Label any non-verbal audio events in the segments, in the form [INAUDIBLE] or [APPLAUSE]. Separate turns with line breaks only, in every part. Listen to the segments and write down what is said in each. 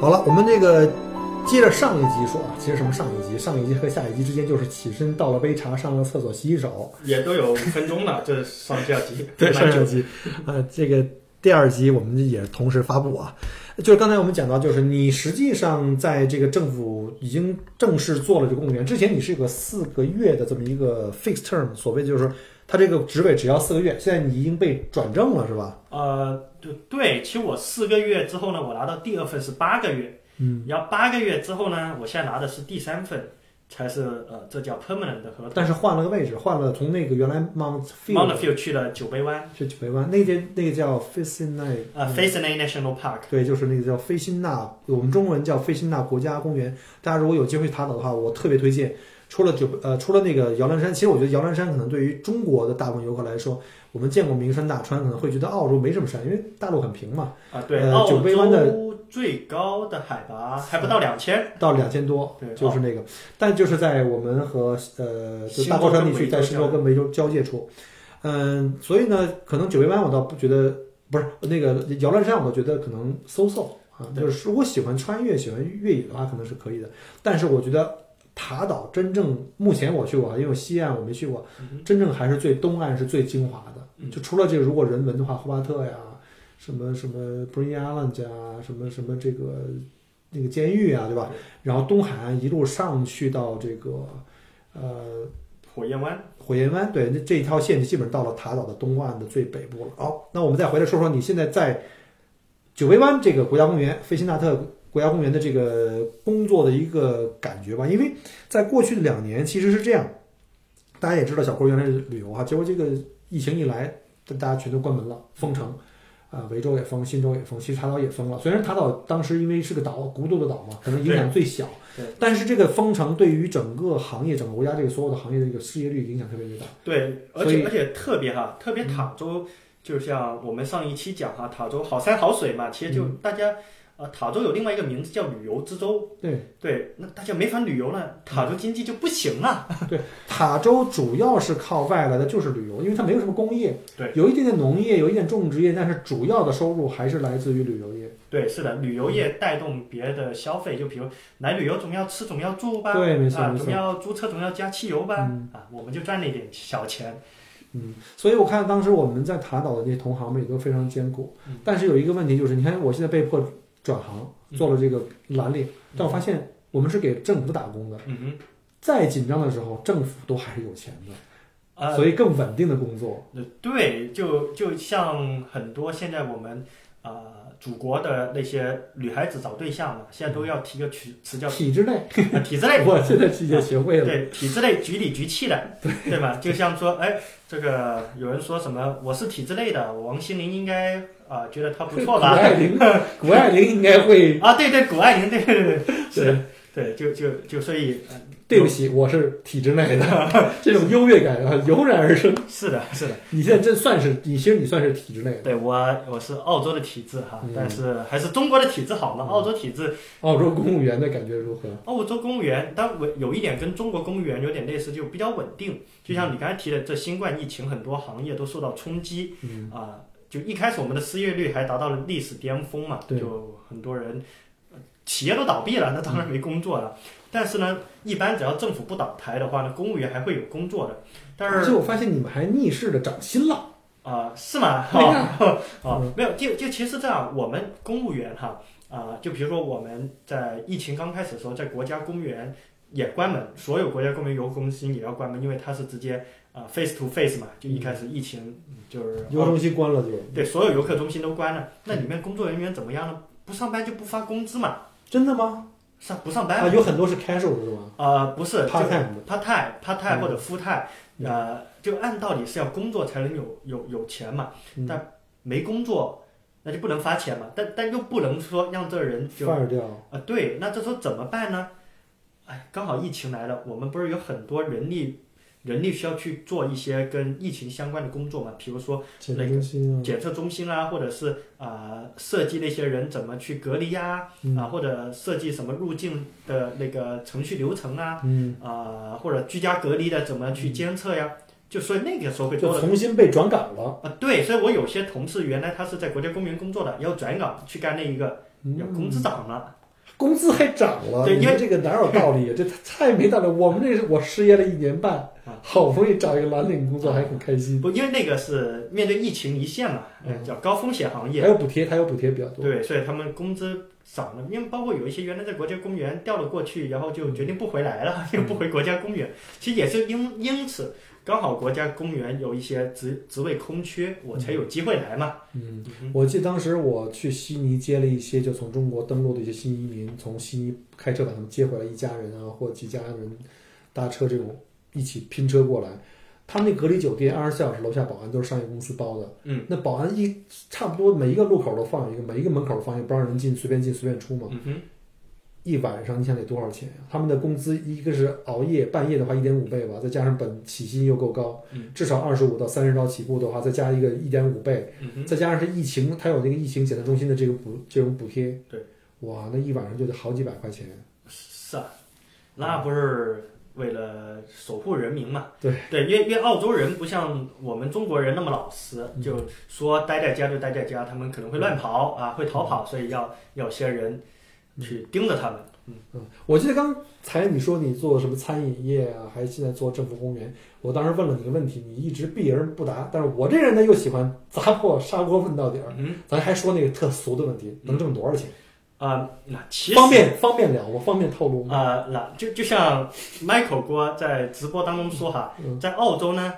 好了，我们这个接着上一集说啊，其实什么上一集，上一集和下一集之间就是起身倒了杯茶，上了厕所，洗洗手。
也都有五分
[LAUGHS]
钟了，这上下集
上上集， [LAUGHS] 呃，这个第二集我们也同时发布啊。就是刚才我们讲到，就是你实际上在这个政府已经正式做了这个公务员之前，你是有个四个月的这么一个 fixed term，所谓就是说他这个职位只要四个月。现在你已经被转正了，是吧？
呃，对对，其实我四个月之后呢，我拿到第二份是八个月，
嗯，
然后八个月之后呢，我现在拿的是第三份，才是呃，这叫 permanent 的合同。
但是换了个位置，换了从那个原来 Mount
Mount
Field
Field 去了九杯湾，
去北湾，那个那个叫嗯 f i s i n a
呃 f a c e n a National Park，
对，就是那个叫菲辛纳，我们中文叫菲辛纳国家公园。大家如果有机会去塔岛的话，我特别推荐。除了九呃，除了那个摇篮山，其实我觉得摇篮山可能对于中国的大部分游客来说，我们见过名山大川，可能会觉得澳洲没什么山，因为大陆很平嘛，
啊、对，
呃
澳
九杯湾的
洲最高的海拔还不到两千，
到两千多
对，
就是那个。但就是在我们和呃，就
新
大高
州
山
跟
地
维
区，
州
在神州
交
跟维州交界处，嗯，所以呢，可能九杯湾我倒不觉得，不是那个摇篮山，我倒觉得可能 so so 啊，
对
就是如果喜欢穿越、喜欢越野的话，可能是可以的。但是我觉得塔岛真正目前我去过啊，因为西岸我没去过，
嗯
真正还是最东岸是最精华的。
嗯
就除了这个，如果人文的话，霍巴特呀，什么什么 Breen Island 啊，什么什么这个那个监狱啊，对吧？然后东海岸一路上去到这个呃
火焰湾。
火焰湾，对，那这一条线基本到了塔岛的东岸的最北部了。好，那我们再回来说说你现在在九杯湾这个国家公园，费辛纳特国家公园的这个工作的一个感觉吧。因为在过去的两年其实是这样，大家也知道小郭原来是旅游哈，结果这个疫情一来，大家全都关门了，封城。啊，维州也封，新州也封，其实塔岛也封了。虽然塔岛当时因为是个岛，孤独的岛嘛，可能影响最小
对对，
但是这个封城对于整个行业、整个国家这个所有的行业的这个失业率影响特别的大。
对，而
所以嗯
且而且特别哈，特别塔州，就像我们上一期讲哈，塔州好山好水嘛，其实就
嗯
大家、呃，塔州有另外一个名字叫旅游之州，
对
对，那大家没法旅游了，塔州经济就不行了。
对，塔州主要是靠外来的就是旅游，因为它没有什么工业，
对，
有一点点农业，有一点种植业，但是主要的收入还是来自于旅游业。
对，是的，旅游业带动别的消费，就比如来旅游总要吃总要住吧，
对没错
啊，
没错
总要租车总要加汽油吧，
嗯
啊，我们就赚了一点小钱。
嗯，所以我看当时我们在塔岛的那些同行们也都非常艰苦
嗯，
但是有一个问题就是，你看我现在被迫转行
嗯
做了这个蓝领，但我发现我们是给政府打工的，
嗯
再紧张的时候，政府都还是有钱的，
哼，呃，
所以更稳定的工作。
呃，对，就就像很多现在我们呃祖国的那些女孩子找对象嘛，现在都要提个词词 [LAUGHS] 叫
体制内，
呃体制内，
我现在已经学会了。
对体制内局里局气的，对吧？就像说，哎，这个有人说什么我是体制内的，王心凌应该啊、呃觉得她不错
谷
吧？
爱凌，谷爱凌应该会。
啊，对对，谷爱凌，对对对，是，对，就就就所以、呃
对不起，我是体制内 [LAUGHS] 的，这种优越感啊油然而生。
是的，是的，
你现在真算是，你其实你算是体制内的。
对我我是澳洲的体制哈，
嗯
但是还是中国的体制好嘛，澳洲体制
澳洲公务员的感觉如何？
澳洲公务员，但我有一点跟中国公务员有点类似，就比较稳定。就像你刚才提的，这新冠疫情很多行业都受到冲击
嗯，
啊、就一开始我们的失业率还达到了历史巅峰嘛，
对
就很多人呃企业都倒闭了，那当然没工作了。但是呢，一般只要政府不倒台的话呢，公务员还会有工作的。但
而
是
且我发现你们还逆势的涨薪了。
啊、是
[LAUGHS]
吗？
对哎呀
哦，哦，没有，就就其实这样，我们公务员哈啊、就比如说我们在疫情刚开始的时候，在国家公园也关门，所有国家公园游客中心也要关门，因为它是直接啊、face to face 嘛，就一开始疫情就是、哦
邮中心关了就，
对所有游客中心都关了，那里面工作人员怎么样呢？不上班就不发工资嘛，
真的吗？
上不上班
啊，有很多是 casual 是吗？
呃，不
Part
是就是
time
part time part time 或者 full time，、
嗯
呃，就按道理是要工作才能有有有钱嘛，
嗯
但没工作那就不能发钱嘛，但但又不能说让这人就
，fire 掉，
啊，对，那这时候怎么办呢？哎，刚好疫情来了，我们不是有很多人力，人力需要去做一些跟疫情相关的工作嘛，比如说
解决中心啊，
检测中心啦、或者是啊、呃设计那些人怎么去隔离呀、啊，
嗯
或者设计什么入境的那个程序流程啊，
嗯，
啊、或者居家隔离的怎么去监测呀，就所以那个时候会多
就
了
重新被转岗了，
啊，对，所以我有些同事原来他是在国家公园工作的，要转岗去干那一个，
嗯
要工资啊涨了。
工资还涨了，
对
你
因为
们这个哪有道 [LAUGHS] 理？啊这太没道理。我们这是我失业了一年半
啊，
好不容易找一个蓝领工作，还很开心。
不，因为那个是面对疫情一线嘛，呃
嗯
叫高风险行
还
业，
有补贴，还有补贴比较多。
对，所以他们工资涨了，因为包括有一些原来在国家公园调了过去，然后就决定不回来了，又不回国家公园，其实也是因因此，刚好国家公园有一些职职位空缺，我才有机会来嘛。
嗯，
嗯
我记得当时我去悉尼接了一些就从中国登陆的一些新移民，从悉尼开车把他们接回来，一家人啊或几家人搭车这种一起拼车过来。他们那隔离酒店二十四小时，楼下保安都是商业公司包的。
嗯，
那保安一差不多每一个路口都放一个，每一个门口都放一个，不让人进，随便进随便出嘛。
嗯哼，
一晚上你想得多少钱呀、他们的工资一个是熬夜，半夜的话一点五倍吧，再加上本起薪又够高
嗯，
至少二十五到三十刀起步的话，再加一个一点五倍，
嗯哼，
再加上是疫情，它有那个疫情检测中心的这个补这种补贴，
对，
哇，那一晚上就得好几百块钱，
是啊，那不是为了守护人民嘛？
对
对，因为因为澳洲人不像我们中国人那么老实，
嗯
就说待在家就待在家，他们可能会乱跑啊，会逃跑，所以要要有些人去盯着他们。嗯，
嗯，我记得刚才你说你做什么餐饮业啊，还现在做政府公务员，我当时问了你一个问题，你一直避而不答，但是我这人呢又喜欢砸破砂锅问到底儿，
嗯
咱还说那个特俗的问题，能挣多少钱？
啊，那其实
方便方便聊吗？方便透露吗？
啊，那就就像 Michael 哥在直播当中说哈，
嗯
在澳洲呢，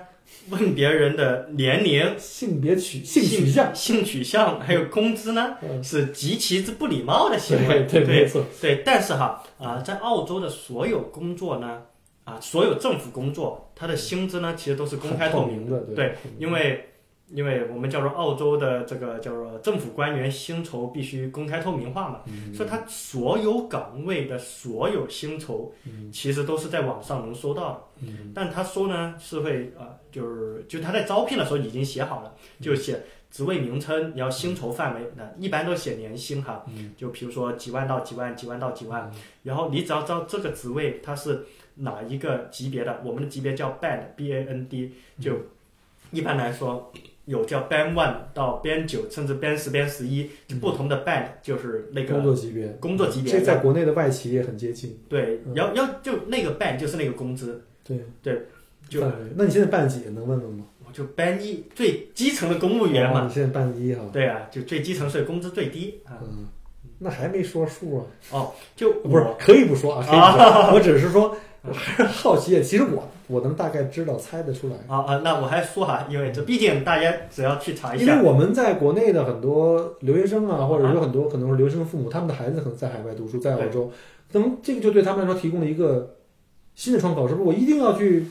问别人的年龄、
性别取性取向，、
性取向还有工资呢，
嗯，
是极其之不礼貌的行为
对。对，没错，
对，但是哈啊、在澳洲的所有工作呢，啊、所有政府工作，它的薪资呢，其实都是公开
很
透
透
明
明的，对
对，因为因为我们叫做澳洲的这个叫做政府官员薪酬必须公开透明化嘛，
嗯
所以它所有岗位的所有薪酬
嗯
其实都是在网上能搜到的，
嗯
但他搜呢是会啊、就是就他在招聘的时候已经写好了，就
嗯
写职位名称，你要薪酬范围，那一般都写年薪哈，
嗯
就比如说几万到几万，几万到几万
嗯，
然后你只要知道这个职位它是哪一个级别的，我们的级别叫 band b a n d，就一般来说有叫 band one 到 band 九，甚至 band 十、band 十一，就不同的 band 就是那
嗯工
个
作级别，
工作级别
这，在国内的外企也很接近，
对，
嗯
然后要就那个 band 就是那个工资，
对
对，就
范围。那你现在办几能问问吗？
我就 band 一最基层的公务员
哦
嘛，
你现在办一哈，
对啊，就最基层所以工资最低啊，
嗯，那还没说数啊，
哦，就
不是
我
可以不说啊，可以不
[LAUGHS]
说，我只是说，我还是好奇，啊其实我我能大概知道猜得出来。
啊啊，那我还说哈，因为这毕竟大家只要去查一
因
下
为。我们在国内的很多留学生啊，或者有很多可能是留学生父母，他们的孩子可能在海外读书，在澳洲，能这个就对他们来说提供了一个新的窗口，是不是？我一定要去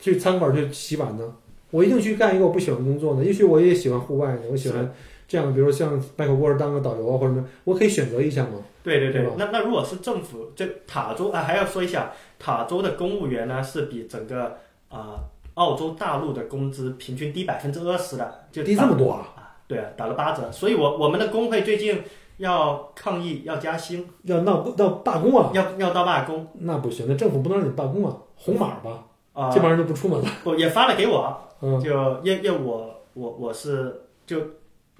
去餐馆去洗碗呢？我一定去干一个我不喜欢的工作呢？也许我也喜欢户外呢，我喜欢这样，比如像麦克沃尔当个导游啊，或者什么，我可以选择一下嘛。
对对
对
对
吧，
那那如果是政府，这塔州啊，还要说一下，塔州的公务员呢是比整个啊、呃澳洲大陆的工资平均低百分之二十的，就
低
打
这么多啊？
啊，对啊，打了八折。所以我我们的工会最近要抗议，要加薪，
要闹闹罢工啊？
要要到罢工
那不行，那政府不能让你罢工啊，红码吧，
啊
这，帮人就不出门了。
我、也发了给我，
嗯
就因因为我我我是就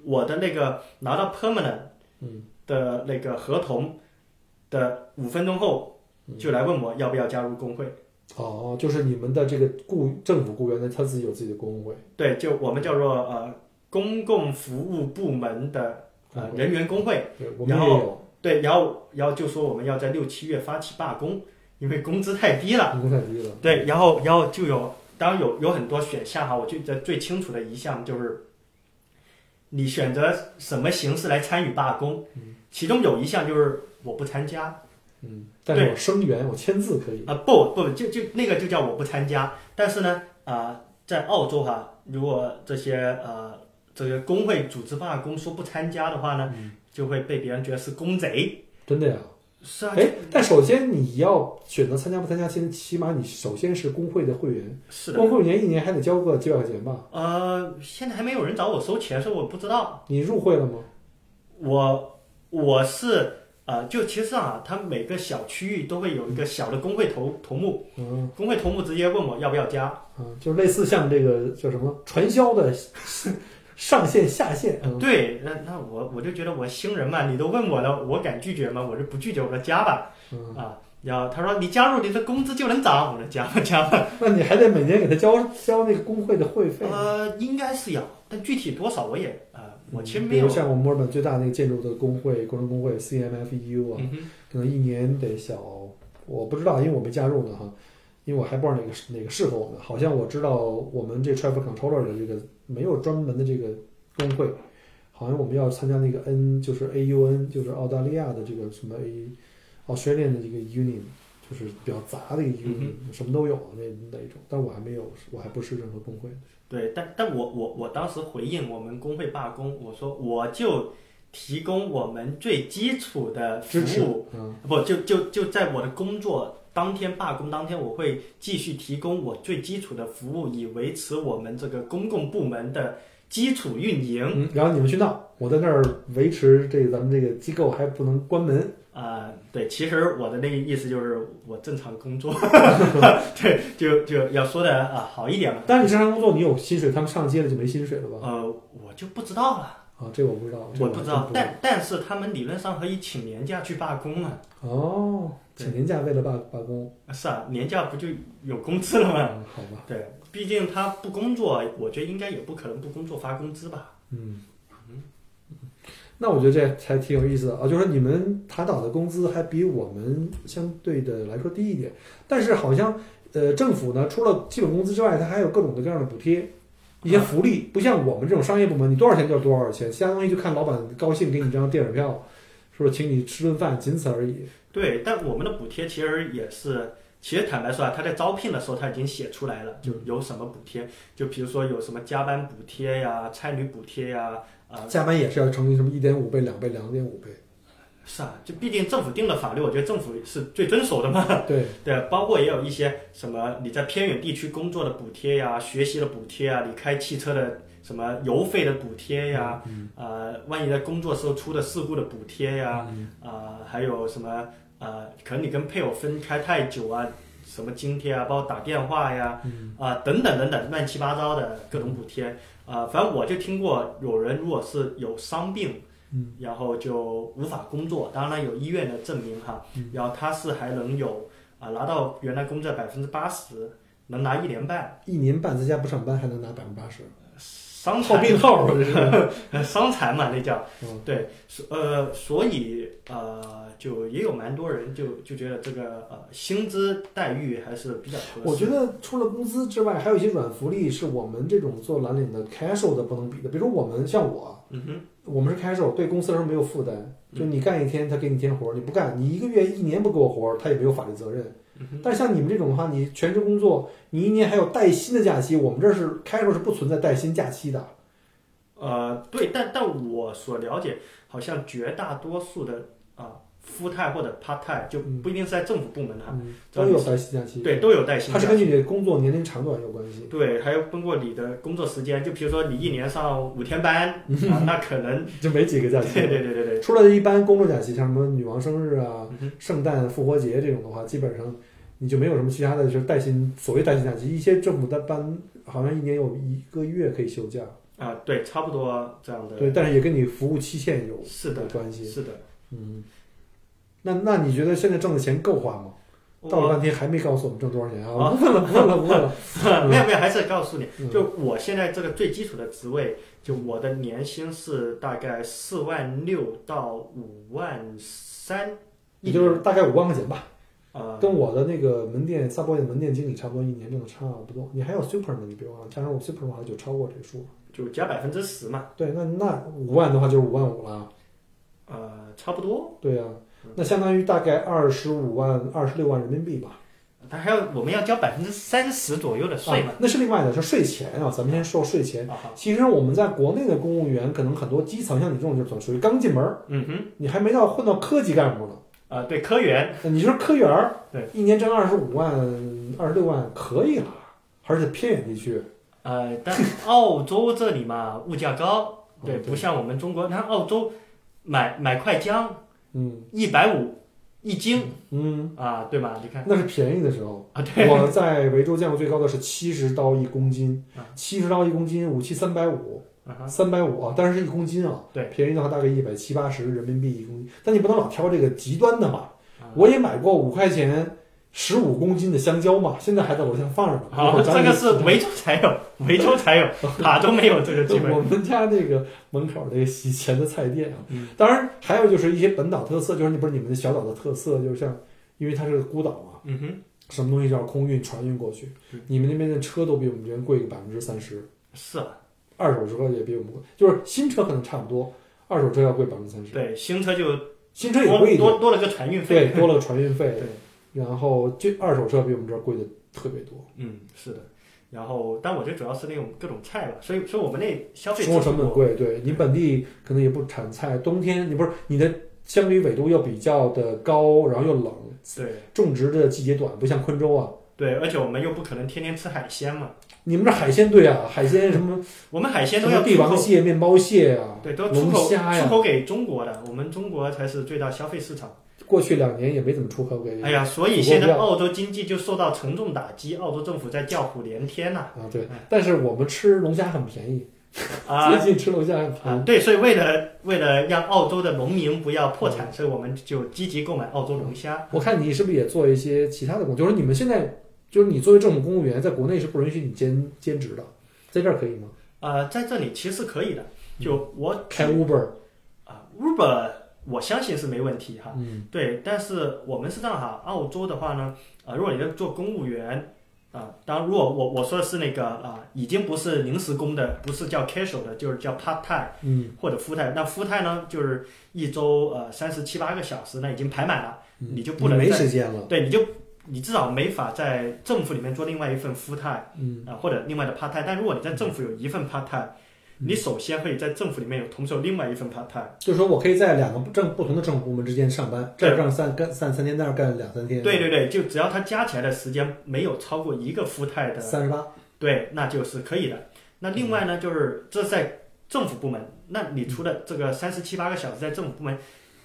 我的那个拿到 permanent
嗯，
的那个合同的五分钟后
嗯
就来问我要不要加入工会。
哦，就是你们的这个雇政府雇员呢，他自己有自己的工会。
对，就我们叫做呃公共服务部门的呃人员工会。
嗯对，我们
然
也
后
有
对，然后然后就说我们要在六七月发起罢工，因为工资太低了。
工太低了。
对，然后然后就有，当然有有很多选项哈，我记得最清楚的一项就是，你选择什么形式来参与罢工，
嗯
其中有一项就是我不参加。
嗯，但是我声援，我签字可以。
啊，不不，就就那个就叫我不参加。但是呢，啊、在澳洲哈、如果这些呃这个工会组织罢工说不参加的话呢，就会被别人觉得是公贼。
真的呀。
是啊，
哎，但首先你要选择参加不参加，先起码你首先是工会的会员，
是的。
工会会员一年还得交个几百块钱吧？
呃，现在还没有人找我收钱，所以我不知道。
你入会了吗？
我我是呃，就其实啊，它每个小区域都会有一个小的工会头头目，
嗯
工会头目直接问我要不要加，
嗯，就类似像这个叫什么传销的上线下线，嗯
对，那那我我就觉得我新人嘛，你都问我了，我敢拒绝吗？我就不拒绝，我说加吧，
嗯，
啊，然后他说你加入你的工资就能涨，我说加吧加吧，
那你还得每年给他交交那个工会的会费。
呃，应该是要，但具体多少我也呃，我其实
嗯
没
比
有
如，像我们墨尔本最大那个建筑的工会，工人工会 CMFEU 啊，
嗯哼，
可能一年得小，我不知道，因为我没加入呢哈，因为我还不知道哪个是哪个适合我们。好像我知道我们这 traffic controller 的这个没有专门的这个工会，好像我们要参加那个 N 就是 AUN 就是澳大利亚的这个什么 A 澳学练的这个 union，就是比较杂的一个 union，、什么都有那那一种，但我还没有，我还不是任何工会。
对，但但我我我当时回应我们工会罢工，我说我就提供我们最基础的服
支持
务。
嗯，
不就就就在我的工作当天罢工当天，我会继续提供我最基础的服务，以维持我们这个公共部门的基础运营。
嗯然后你们去闹，我在那儿维持这个咱们这个机构还不能关门，
啊、对，其实我的那个意思就是我正常工 [LAUGHS] 作，对，就就要说的啊、好一点嘛。
但是你正常工作你有薪水，他们上街了就没薪水了吧？
呃，我就不知道了，
啊，这我不知道，这
我
还
不知
真
道，但但是他们理论上可以请年假去罢工啊，
哦，请年假为了罢罢工，
是啊，年假不就有工资了吗？
嗯好吧，
对，毕竟他不工作，我觉得应该也不可能不工作发工资吧。
嗯，那我觉得这才挺有意思的啊，就是说你们塔岛的工资还比我们相对的来说低一点，但是好像呃政府呢除了基本工资之外，它还有各种各样的补贴。一些
啊
福利不像我们这种商业部门，你多少钱就是多少钱，其他东西就看老板高兴给你一张电影票，说请你吃顿饭，仅此而已。
对，但我们的补贴其实也是，其实坦白说啊，他在招聘的时候他已经写出来了，就有什么补贴，就比如说有什么加班补贴呀、差旅补贴呀，啊、
加班也是要乘以什么一点五倍、两倍、两点
[LAUGHS]
五倍。
是啊，就毕竟政府定的法律，我觉得政府是最遵守的嘛。
对，
对，包括也有一些什么你在偏远地区工作的补贴呀、学习的补贴啊、你开汽车的什么油费的补贴呀，呃，万一在工作时候出的事故的补贴呀，啊、还有什么呃，可能你跟配偶分开太久啊，什么津贴啊，包括打电话呀，啊、等等等等，乱七八糟的各种补贴，啊、反正我就听过有人如果是有伤病。然后就无法工作，当然有医院的证明哈，然后他是还能有啊，拿到原来工资的百分之八十，能拿一年半。
一年半在家不上班还能拿百分之八十，
伤
套
残，
病号吧，这是。
[LAUGHS] 伤残嘛，那叫
嗯
对，所呃，所以呃，就也有蛮多人就就觉得这个呃薪资待遇还是比较合适。
我觉得除了工资之外，还有一些软福利是我们这种做蓝领的 casual 的不能比的。比如我们像我，
嗯哼，
我们是 casual，对公司来说没有负担，就你干一天他给你一天活儿，你不干，你一个月一年不给我活儿，他也没有法律责任。但像你们这种的话，你全职工作，你一年还有带薪的假期，我们这儿是 casual 是不存在带薪假期的。
呃，对，但但我所了解，好像绝大多数的啊、夫态或者 part time 就不一定是在政府部门哈，
嗯，都有带薪假期。
对，，都有带薪假
它是根据你的工作年龄长短有关
[LAUGHS]
系。
对，还有通过你的工作时间，就比如说你一年上五天
[LAUGHS]
班啊，那可能
就没几个假期。
对对对对对，
除了一般工作假期，像什么女王生日啊、圣诞、复活节这种的话，基本上你就没有什么其他的，就是带薪所谓带薪假期。一些政府的班好像一年有一个月可以休假，
啊，对，差不多这样的。
对，但是也跟你服务期限有
是的
有关系。
是的，
嗯，那那你觉得现在挣的钱够花吗？到了
[LAUGHS] 我
半天还没告诉我们挣多少钱啊！
啊
不问了，不问了，不问 [LAUGHS] 了。
没有没有，还是告诉你，
嗯
就我现在这个最基础的职位，就我的年薪是大概四万六到五万三，
也就是大概五万块钱吧，
呃，
跟我的那个门店萨博的门店经理差不多，一年挣的差不多。你还有 super 呢，你别忘了，加上我 super 好像就超过这个数了。
就加百分之十嘛，
对，那那五万的话就是五万五了。啊
呃，差不多，嗯
对呀、那相当于大概二十五万、二十六万人民币吧。
它还要我们要交百分之三十左右的税嘛。
啊，那是另外的，就税前啊，咱们先说税前。
啊，好
其实我们在国内的公务员，可能很多基层像你这种就是属于刚进门儿，
嗯哼，
你还没到混到科级干部呢。
啊，对，科员，
你说科员儿，
对，
一年挣二十五万、二十六万可以了，而且偏远地区，
呃，但澳洲这里嘛，物价高，对，
嗯对
不像我们中国，它澳洲买买块姜
嗯
一百五一斤
嗯，
啊，对吧？你看
那是便宜的时候。
啊，对，
我在维州见过最高的是七十刀一公斤
啊，
七十刀一公斤，武器三百五，
啊哈
三百五啊，但是是一公斤啊，
对
便宜的话大概一百七八十人民币一公斤，但你不能老挑这个极端的嘛。
啊
我也买过五块钱十五公斤的香蕉嘛，现在还在楼下放着呢。一会
好，
儿咱
啊这
们
个是维州才有，维州才有，哪都没有这个机会。
[LAUGHS] 我们家那个门口这个洗钱的菜店啊
嗯，
当然还有就是一些本岛特色，就是你不是你们的小岛的特色，就是像因为它是个孤岛嘛，
嗯哼，
什么东西都要空运船运过去
嗯，
你们那边的车都比我们这边贵个百分之三十，
是啊，
二手车也比我们贵，就是新车可能差不多，二手车要贵百分之三十，
对，新车就
新车也
多
贵一点，
多多了个船运费。
对，多了个船运费
对，
然后这二手车比我们这儿贵的特别多，
嗯，是的。然后，但我觉得主要是那种各种菜吧，所以，所以我们那消费
生活
支出
成本贵，对你本地可能也不产菜，冬天你不是你的相比纬度又比较的高，然后又冷，
对
种植的季节短，不像昆州啊，
对，而且我们又不可能天天吃海鲜嘛，
你们这海鲜对啊，海鲜什么
我们海鲜
什
都要
么帝
出口
王蟹、面包蟹啊，
对，都出
龙
口
虾呀
出口给中国的，我们中国才是最大消费市场。
过去两年也没怎么出口给
哎呀，所以现在澳洲经济就受到沉重打击，澳洲政府在叫苦连天
[LAUGHS]
呐、
啊，对，但是我们吃龙虾很便宜，
啊！
最近吃龙虾很便
啊
宜，，
对，所以为了为了让澳洲的农民不要破产，所以我们就积极购买澳洲龙虾。
我看你是不是也做一些其他的工作？就是你们现在，就是你作为政府公务员，在国内是不允许你兼兼职的，在这儿可以吗？
啊，在这里其实可以的，就我
开 Uber，
啊，Uber 我相信是没问题哈。
嗯，
对，但是我们是这样哈，澳洲的话呢，啊，如果你在做公务员，啊，当然如果我我说的是那个啊，已经不是临时工的，不是叫 casual 的，就是叫 part time
嗯
或者 full time。那 full time 呢，就是一周呃三十七八个小时，那已经排满了，你就不能
嗯没
再
时间了，
对，你就你至少没法在政府里面做另外一份 full time
嗯，
啊，或者另外的 part time。但如果你在政府有一份 part time，你首先会在政府里面有同时有另外一份 part time。
就是说我可以在两个政不同的政府部门之间上班，这
对
儿干三干干三天，那儿干两三天，
对，对对，就只要它加起来的时间没有超过一个 full time 的，
三十八，
对，那就是可以的。那另外呢，就是这在政府部门，那你除了这个三十七八个小时在政府部门，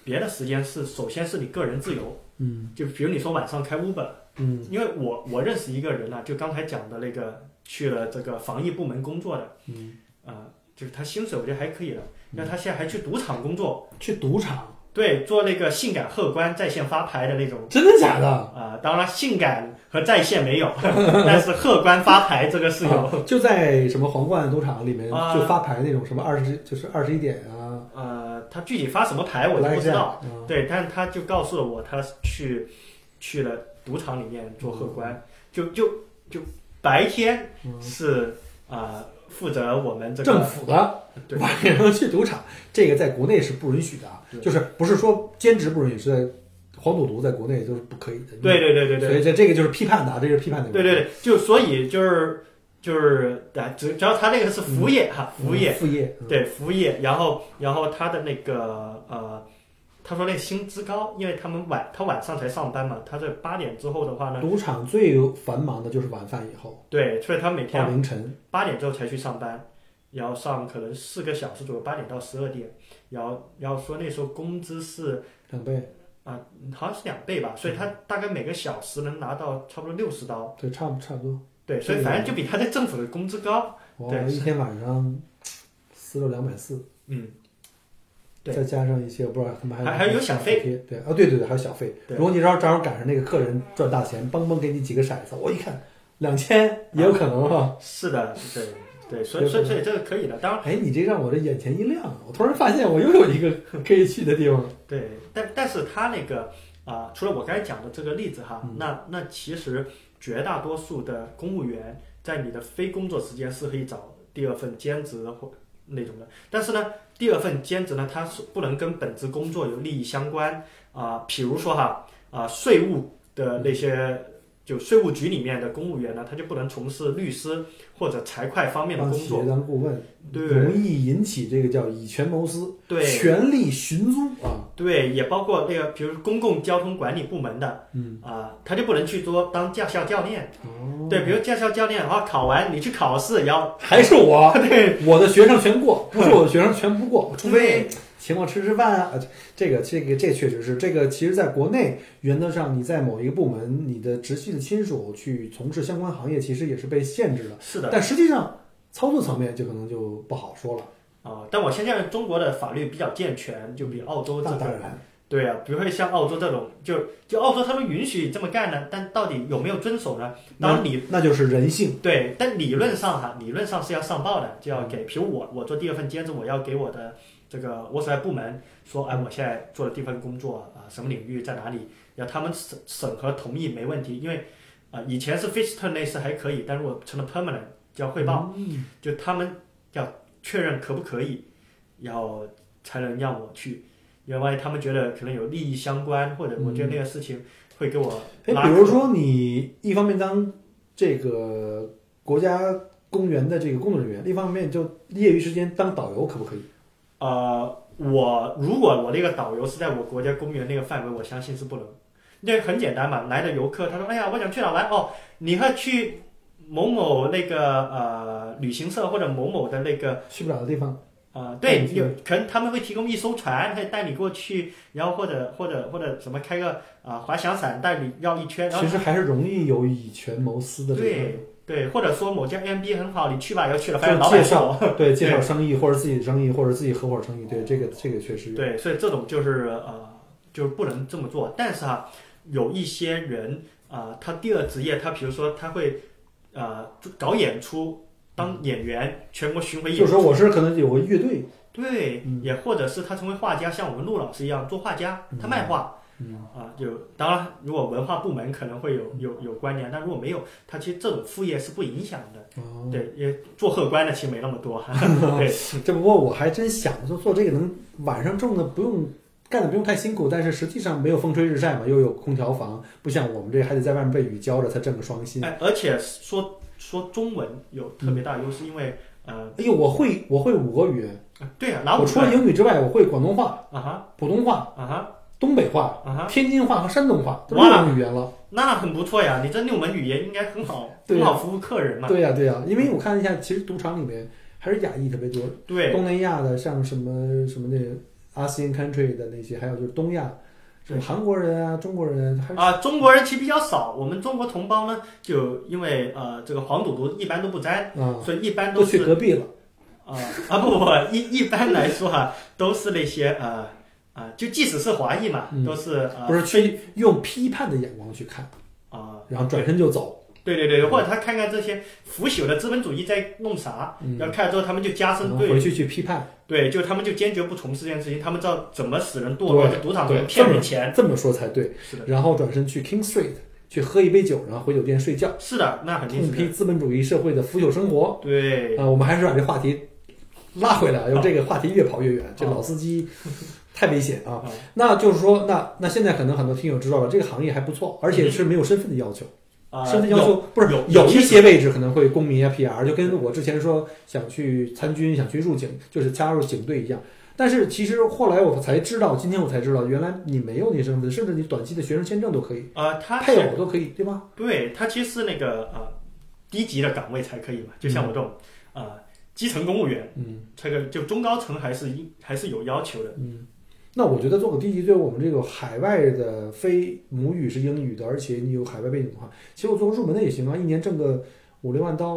别的时间是首先是你个人自由，
嗯
就比如你说晚上开 Uber，
嗯
因为我我认识一个人啊，就刚才讲的那个去了这个防疫部门工作的，
嗯，
啊，就是他薪水我觉得还可以了，那他现在还去赌场工作，
去赌场，
对，做那个性感荷官在线发牌的那种。
真的假的？
啊、当然性感和在线没有， [LAUGHS] 但是荷官发牌这个是 [LAUGHS] 有。
啊就在什么皇冠赌场里面
哦啊
就发牌那种什么二十就是二十一点啊，
呃，他具体发什么牌我就不知道。
blackjack，啊，
对，但他就告诉了我，他去去了赌场里面做荷官，就就就白天
嗯
是啊、负责我们这
政
个
府的
对
晚上去赌场，这个在国内是不允许的啊，
对
就是不是说兼职不允许，是在黄赌毒在国内都是不可以的。
对对对对
所
对
以这这个就是批判的啊，这是批判的。
对对对，就所以就是就是啊，只只要他那个是服务业哈，
嗯，
服务业
副业，嗯
对服务业，然后然后他的那个呃。他说那薪资高，因为他们晚他晚上才上班嘛，他这八点之后的话呢，
赌场最繁忙的就是晚饭以后
对，所以他每天
到凌晨，
八点之后才去上班，然后上可能四个小时左右，八点到十二点，然后然后说那时候工资是
两倍，
啊、好像是两倍吧，所以他大概每个小时能拿到差不多六十刀，
对，差不差不多。
对，所以反正就比他在政府的工资高，
我
对
一天晚上四六两百四，
嗯，对
再加上一些我不知道他们还
还还有小费
贴，对啊，对对对，还有小费。
对
如果你要正好赶上那个客人赚大钱，嘣嘣给你几个骰子，我一看两千也有可能啊哈。
是的，对哦对，所以所以所以这个可以的，当然
哎，你这让我这眼前一亮，我突然发现我又有一个可以去的地方。
对，但但是他那个啊、除了我刚才讲的这个例子哈，
嗯
那那其实绝大多数的公务员在你的非工作时间是可以找第二份兼职或那种的，但是呢，第二份兼职呢，它是不能跟本职工作有利益相关啊、比如说哈啊、税务的那些就税务局里面的公务员呢，他就不能从事律师或者财会 [LAUGHS] 方面的
让
工
企
作
业。啊当顾问，
对
容易引起这个叫以权谋私、
对
权力寻租啊。
对，也包括那个，比如说公共交通管理部门的，
嗯
啊、他就不能去做当驾校教练。
哦，
对，比如驾校教练，然后考完你去考试，然后
还是我，
对
我的学生全过，不是我的学生全不
[LAUGHS]
过，除非
对
请我吃吃饭啊。呃这个这个这确实是这个，其实在国内原则上，你在某一个部门，你的直系的亲属去从事相关行业，其实也是被限制的。
是的，
但实际上操作层面就可能就不好说了。
啊、但我相信中国的法律比较健全，就比澳洲这
那当
个
然，
对啊，不会像澳洲这种，就就澳洲他们允许这么干呢，但到底有没有遵守呢？当然理
那就是人性。
对，但理论上哈，理论上是要上报的，就要给，比如我我做第二份兼职，我要给我的这个我所在部门说，哎，我现在做的这份工作啊、什么领域在哪里，然后他们审审核同意没问题，因为啊、以前是 fixed term 类似还可以，但是我成了 permanent 就要汇报。
嗯
就他们要确认可不可以，然后才能让我去。因为他们觉得可能有利益相关，或者我觉得那个事情会给我
哎，
拉
比如
扯
说你一方面当这个国家公园的这个工作人员，另一方面就业余时间当导游，可不可以？
呃，我如果我那个导游是在我国家公园那个范围，我相信是不能。那很简单嘛，来的游客他说：“哎呀，我想去哪儿玩哦，你要去某某那个呃旅行社或者某某的那个
去不了的地方。
啊、对，
嗯
有可能他们会提供一艘船，可以带你过去，然后或者或者或者什么开个啊、滑翔伞带你绕一圈，然后
其实还是容易有以权谋私的这
对
个
对，或者说某家 M B 很好，你去吧，然后去了发现老
就介
板是我，
绍， [LAUGHS] 对介绍生意或者自己的生意或者自己合伙生意，对这个这个确实有。
对，所以这种就是呃就是不能这么做。但是啊，有一些人啊、他第二职业，他比如说他会呃搞演出，当演员，全国巡回演
就是说我是可能有个乐队，
对，
嗯
也或者是他成为画家，像我们陆老师一样做画家，他卖画，
嗯
啊，就当然，如果文化部门可能会有有有关联，但如果没有，他其实这种副业是不影响的。
哦，
对，也做荷官的其实没那么多。
[LAUGHS]
对，
这不过我还真想说做这个能晚上种的不用干的不用太辛苦，但是实际上没有风吹日晒嘛，又有空调房，不像我们这还得在外面被雨浇着才挣个双薪。
哎，而且说说中文有特别大优势，因为呃，
哎呦，我会我会五国语，
对啊，拿
我
五
除了
个
英语之外，我会广东话、
啊哈
普通话、
啊哈
东北话、
啊哈，
天津话和山东话，都是
哇
六种语言了。
那很不错呀，你这六门语言应该很好，
对
很
啊
好服务客人嘛。
对呀、对呀、因为我看了一下，其实赌场里面还是亚裔特别多，
对，
东南亚的，像什么什么那个 ASEAN country 的那些，还有就是东亚，什么韩国人啊、中国人，还是
啊，中国人其实比较少，我们中国同胞呢，就因为呃这个黄赌毒一般都不沾，
啊，
所以一般
都
都
去
是
隔壁了。
啊 [LAUGHS] 啊不不不，一一般来说啊，都是那些呃啊，就即使是华裔嘛，
嗯
都是呃
不是去用批判的眼光去看，
啊，
然后转身就走。
对对对，或者他看看这些腐朽的资本主义在弄啥，
嗯，
然后看了之后他们就加
然
深
后
对
回去去批判。
对，就他们就坚决不从事这件事情，他们知道怎么使人堕落，
对
在赌场怎
对
么骗人钱，
这么说才对。
是的，
然后转身去 King Street 去喝一杯酒，然后回酒店睡觉，
是的，那肯定
痛
是的
批资本主义社会的腐朽生活。
对。
啊，我们还是把这话题拉回
[LAUGHS]
来，由这个话题越跑越远，这老司机太危险啊！
啊
那就是说，那那现在可能很多听友知道了，这个行业还不错，而且是没有身份的要求，
啊，
身份要
有
求不是
有
有
有
一
些
些位置可能会公民啊、PR，就跟我之前说想去参军、想去入警，就是加入警队一样。但是其实后来我才知道，今天我才知道，原来你没有那身份，甚至你短期的学生签证都可以，
啊，他
配
是
偶都可以，对吧？
对，它其实是那个呃低级的岗位才可以嘛，就像我这种呃基层公务员，
嗯
这个就中高层还是一还是有要求的。
嗯，那我觉得做个低级，对我们这个海外的非母语是英语的，而且你有海外背景的话，其实我做个入门的也行啊，一年挣个五六万刀，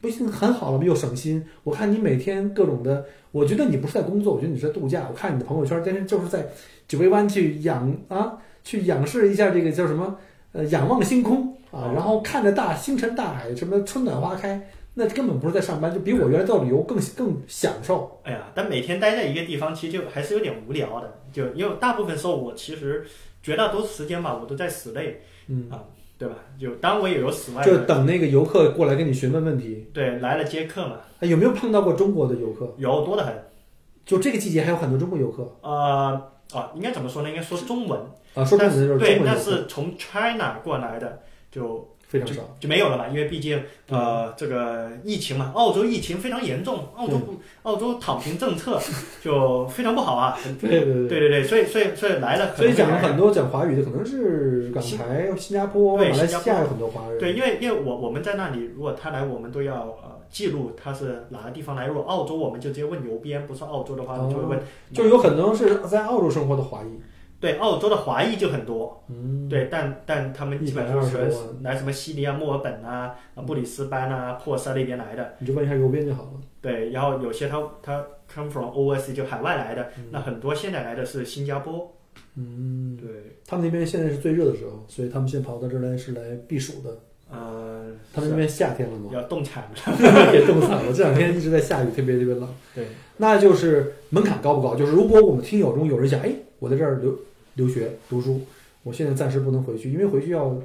不一定很好了，又省心。我看你每天各种的，我觉得你不是在工作，我觉得你是在度假。我看你的朋友圈，但是就是在九杯湾去仰啊，去仰视一下这个叫什么呃，仰望星空啊，然后看着大星辰大海，什么春暖花开。那根本不是在上班，就比我原来到旅游更更享受。
哎呀，但每天待在一个地方，其实就还是有点无聊的。就因为大部分时候我其实绝大多数时间吧，我都在室内，
嗯，
对吧？就当然我也有室外
就
的，
等那个游客过来跟你询问问题。
对，来了接客嘛，
哎，有没有碰到过中国的游客？
有多得很。
就这个季节还有很多中国游客
呃，啊，应该怎么说呢？应该说中文。
啊，说中
但
文的就是是中
对，
国
但
游客。
是从 China 过来的，就
非常少。
就没有了嘛，因为毕竟
嗯
呃这个疫情嘛，澳洲疫情非常严重，澳洲
嗯
不澳洲躺平政策
[LAUGHS]
就非常不好啊。
对对
对对对，所以所以所以来了，
所以讲了
了
很多讲华语的，可能是港台、新加坡、马
对
来
新
西
加
亚
坡
有很多华人。
对，因为因为我我们在那里，如果他来，我们都要呃记录他是哪个地方来。如果澳洲，我们就直接问牛鞭；不是澳洲的话，
哦
就会问
就有可能是在澳洲生活的华裔。
对澳洲的华裔就很多，
嗯，
对，但但他们基本上全是来什么悉尼啊、墨尔本啊、啊布里斯班啊、珀斯啊那边来的。
你就问一下邮编就好了。
对，然后有些他他 come from overseas 就海外来的，那很多现在来的是新加坡。
嗯，
对，
他们那边现在是最热的时候，所以他们现在跑到这儿来是来避暑的。
嗯、呃，
他们那边夏天了
[LAUGHS]
吗？
要冻产
[LAUGHS]
了。
也冻惨了，这两天一直在下雨，特别特别冷。
对，
那就是门槛高不高？就是如果我们听友中有人想，哎，我在这儿留留学读书，我现在暂时不能回去，因为回去要，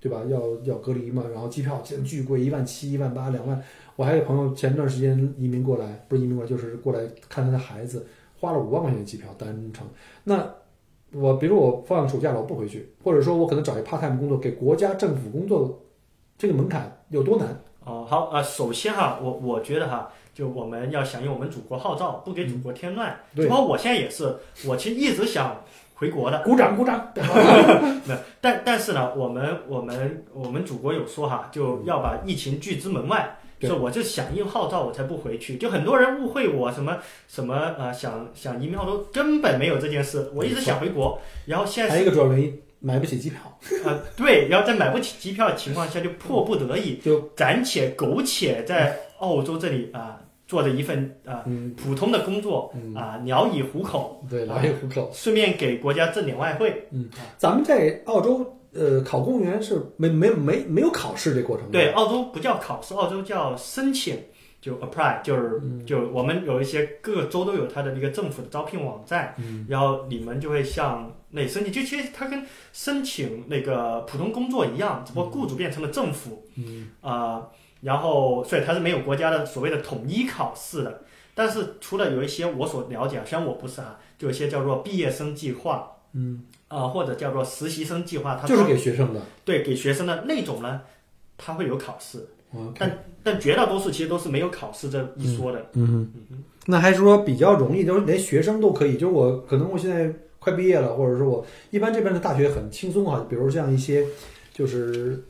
对吧？要要隔离嘛，然后机票现在巨贵，一万七、一万八、两万。我还有朋友前段时间移民过来，不是移民过来，就是过来看他的孩子，花了五万块钱的机票单程。那我比如我放暑假了，我不回去，或者说我可能找一 part time 工作，给国家政府工作，这个门槛有多难？
哦，好啊、呃首先哈，我我觉得哈，就我们要响应我们祖国号召，不给祖国添乱。
嗯对
包括我现在也是，我其实一直想回国的，
鼓掌鼓掌！
那但但是呢，我们我们我们祖国有说哈，就要把疫情拒之门外。
嗯对
所以我就响应号召，我才不回去。就很多人误会我什么什么呃，想想移民澳洲，根本没有这件事。我一直想回国，然后现在
还有一个主要原因，买不起机票。
呃，对，然后在买不起机票的情况下，就迫不得已，
就
暂且苟且在澳洲这里啊、做着一份啊、
嗯，
普通的工作
嗯
啊、聊以糊口，
对，
啊
来一虎口。
顺便给国家挣点外汇。
咱们在澳洲，呃，考公务员是没没没没有考试这过程的。
对，澳洲不叫考试，澳洲叫申请，就 apply，就是、
嗯
就我们有一些各个州都有它的一个政府的招聘网站，
嗯
然后你们就会向那申请，就其实它跟申请那个普通工作一样，只不过雇主变成了政府，嗯啊、然后所以它是没有国家的所谓的统一考试的。但是除了有一些我所了解，虽然我不是啊，就有一些叫做毕业生计划，嗯，啊、或者叫做实习生计划，它
就是给学生的。
对给学生的那种呢，它会有考试，
嗯
但但绝大多数其实都是没有考试这一说的。
嗯哼，那还是说比较容易，就是连学生都可以。就是我可能我现在快毕业了，或者说我一般这边的大学很轻松啊，比如像一些就是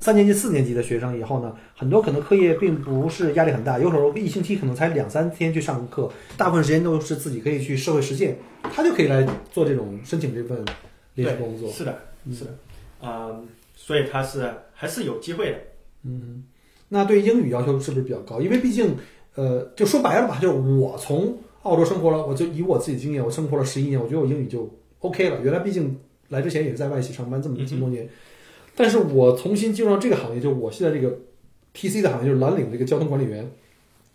三年级、四年级的学生以后呢，很多可能课业并不是压力很大，有时候一星期可能才两三天去上课，大部分时间都是自己可以去社会实践，他就可以来做这种申请这份临时工作。
是的，是的，嗯，所以它是还是有机会的。
那对英语要求是不是比较高？因为毕竟，呃，就说白了吧，就是我从澳洲生活了，我就以我自己经验，我生活了十一年，我觉得我英语就 OK 了。原来毕竟来之前也是在外企上班这么
嗯哼
这么多年，但是我重新进入到这个行业，就我现在这个 TC 的行业，就是蓝领这个交通管理员，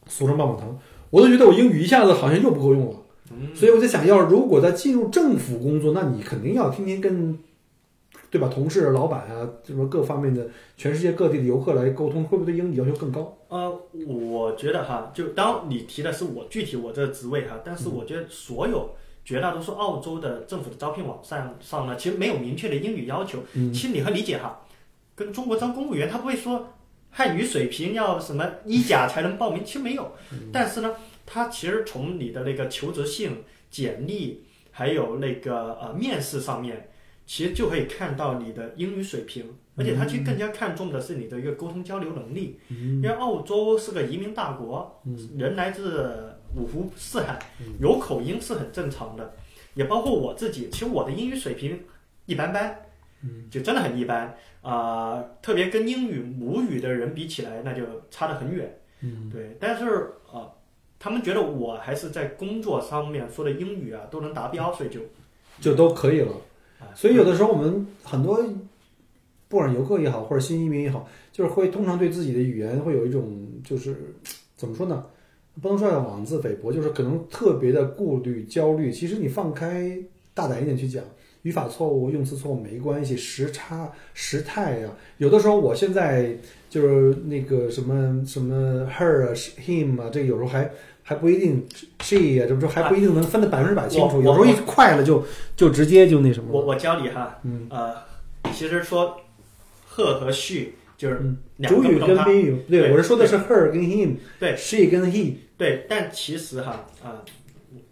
俗称棒棒糖，我都觉得我英语一下子好像又不够用了。
嗯
所以我在想要，如果在进入政府工作，那你肯定要天天跟，对吧？同事、老板啊，什么各方面的，全世界各地的游客来沟通，会不会对英语要求更高？
呃，我觉得哈，就当你提的是我具体我这个职位哈，但是我觉得所有绝大多数澳洲的政府的招聘网站上呢，其实没有明确的英语要求。其实你很理解哈，跟中国招公务员他不会说汉语水平要什么一甲才能报名，其实没有。但是呢，他其实从你的那个求职信、简历，还有那个呃面试上面，其实就可以看到你的英语水平，而且他其实更加看重的是你的一个沟通交流能力。
嗯
因为澳洲是个移民大国，人来自五湖四海，
嗯
有口音是很正常的，也包括我自己。其实我的英语水平一般般，
嗯
就真的很一般啊、特别跟英语母语的人比起来，那就差得很远。
嗯
对，但是啊、呃他们觉得我还是在工作上面说的英语啊都能达标，所以就
就都可以了
啊。
所以有的时候我们很多，不管是游客也好，或者新移民也好，就是会通常对自己的语言会有一种就是怎么说呢？不能说要妄自菲薄，就是可能特别的顾虑、焦虑。其实你放开大胆一点去讲，语法错误、用词错误没关系，时差、时态呀、有的时候我现在就是那个什么什么 her 啊、him 啊，这个有时候还还不一定 she 啊，这不就还不一定能分得百分之百清楚。
我
有时候
我
一快了就就直接就那什么
我
了。
我教你哈，
嗯
啊呃，其实说 her 和 she 就是
嗯
两
主
个
语
不
跟
同它。
宾语，
对
我是说的是 her 跟 him，
对
，she 跟 he，
对，但其实哈啊、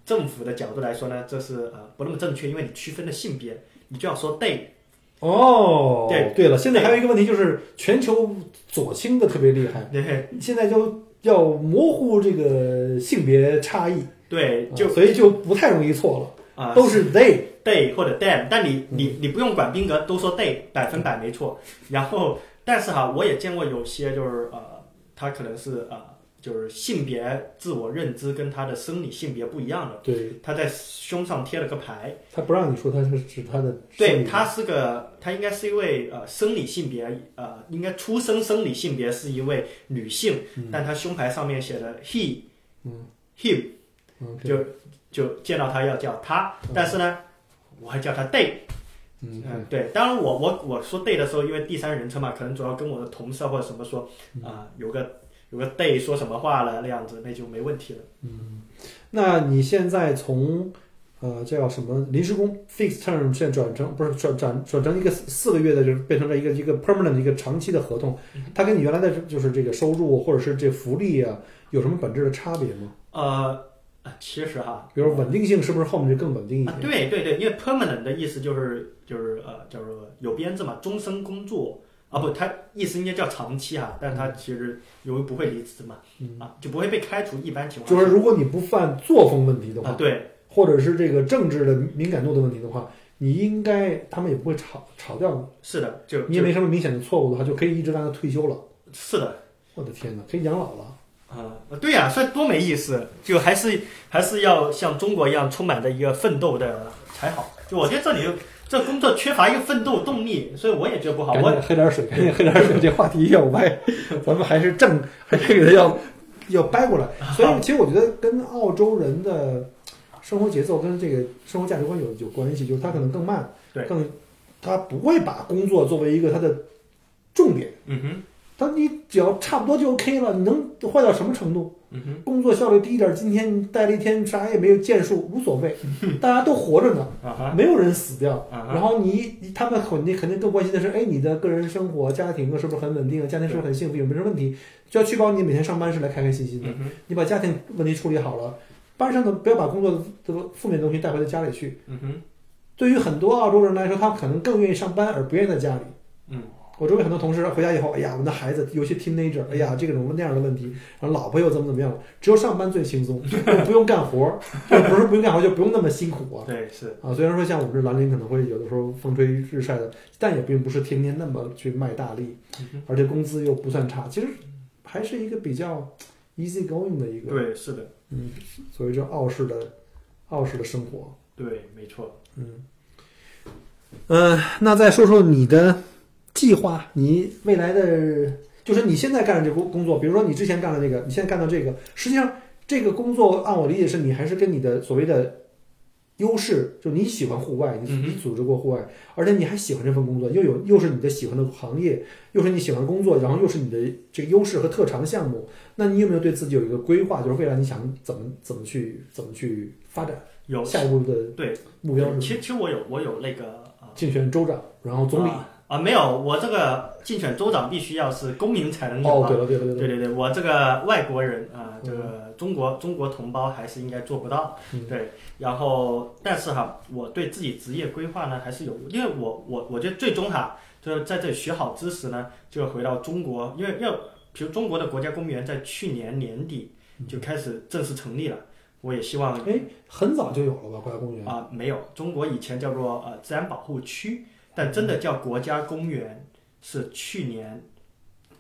政府的角度来说呢，这是呃不那么正确，因为你区分了性别，你就要说 they。 [LAUGHS]
哦，
对
对了，现在还有一个问题就是全球左倾的特别厉害，
对
现在就要模糊这个性别差异，
对，
啊
就
所以就不太容易错
啊、
了，都是 they。
day 或者 them，但你你你不用管宾格，都说 day，百分百没错。然后，但是哈，我也见过有些就是呃，他可能是呃，就是性别自我认知跟他的生理性别不一样的，
对
他在胸上贴了个牌，
他不让你说他是指他的生
对
理
他是个，他应该是一位呃生理性别呃，应该出生生理性别是一位女性，但他胸牌上面写的 he，
嗯
，him。
嗯对
就就见到他要叫他
嗯，
但是呢，我还叫他 they。
嗯
嗯，对，当然我我我说 they 的时候，因为第三人称嘛，可能主要跟我的同事或者什么说
嗯
啊、有个有个 they 说什么话了那样子，那就没问题了。
那你现在从呃这叫什么临时工 fixed term 现在转成不是转转转成一个四四个月的，就是变成了一个一个 permanent 一个长期的合同，它跟你原来的就是这个收入或者是这福利啊有什么本质的差别吗？
呃，啊其实哈，
比如稳定性是不是后面就更稳定一
啊
些？，
对对对，因为 permanent 的意思就是就是呃叫做有编制嘛，终身工作啊，不，它意思应该叫长期哈，但它其实由于不会离职嘛，
嗯
啊就不会被开除，一般情况
就是如果你不犯作风问题的话，
啊，对。
或者是这个政治的敏感度的问题的话，你应该他们也不会炒炒掉你，
是的，就
你也没什么明显的错误的话，就可以一直让他退休了。
是的，
我的天哪，可以养老了。
啊、对呀、所以多没意思，就还是还是要像中国一样充满着一个奋斗的才好。就我觉得这里这工作缺乏一个奋斗动力，所以我也觉得不好。
赶
我
紧喝点水，赶 [LAUGHS] 紧喝点水。这话题要
[LAUGHS]
歪，咱们还是正，还是给他要要掰过来。
啊
所以，其实我觉得跟澳洲人的生活节奏跟这个生活价值观有有关系，就是他可能更慢，
对
更他不会把工作作为一个他的重点。
嗯哼，
他你只要差不多就 OK 了，你能坏到什么程度？
嗯哼，
工作效率低一点，今天待了一天啥也没有建树，无所
[LAUGHS]
谓，大家都活着呢，
啊哈，
没有人死掉。
啊
然
哈，
后你你他们肯定肯定更关心的是，哎，你的个人生活、家庭是不是很稳定啊？家庭是不是很幸福？有没有什么问题？就要确保你每天上班是来开开心心的。
嗯哼，
你把家庭问题处理好了，班上的不要把工作的负面东西带回到家里去。
嗯哼，
对于很多澳洲人来说，他可能更愿意上班而不愿意在家里。
嗯，
我周围很多同事回家以后，哎呀，我们的孩子，尤其 teenager，哎呀，这个什么那样的问题，然后老婆又怎么怎么样了，只有上班最轻松，就不用干活儿，就不是不用干活儿，就不用那么辛苦啊。
对，是，
啊，虽然说像我们这兰陵可能会有的时候风吹日晒的，但也并不是天天那么去卖大力，
嗯哼，
而且工资又不算差，其实还是一个比较 easy going 的一个，
对，是的，
嗯，所以这澳式的澳式的生活，
对，没错。
嗯，呃，那再说说你的计划，你未来的就是你现在干的这工工作，比如说你之前干的这个，你现在干到这个，实际上这个工作按我理解是你还是跟你的所谓的优势，就你喜欢户外，你
嗯哼
你组织过户外，而且你还喜欢这份工作，又有又是你的喜欢的行业，又是你喜欢的工作，然后又是你的这个优势和特长项目，那你有没有对自己有一个规划，就是未来你想怎么怎么去怎么去发展，
有
下一步的
对
目标是什么？
其实其实我有我有那个啊，
竞选州长，然后总理。
啊啊没有，我这个竞选州长必须要是公民才能有
哦
啊，
对了对了对了，
对对对，我这个外国人啊、这个中国中国同胞还是应该做不到。
嗯
对，然后但是哈，我对自己职业规划呢还是有，因为我我我觉得最终哈，就是在这里学好知识呢，就要回到中国，因为要比如中国的国家公园在去年年底
嗯
就开始正式成立了，我也希望
哎，很早就有了吧？国家公园。
啊、没有，中国以前叫做呃自然保护区，但真的叫国家公园是去年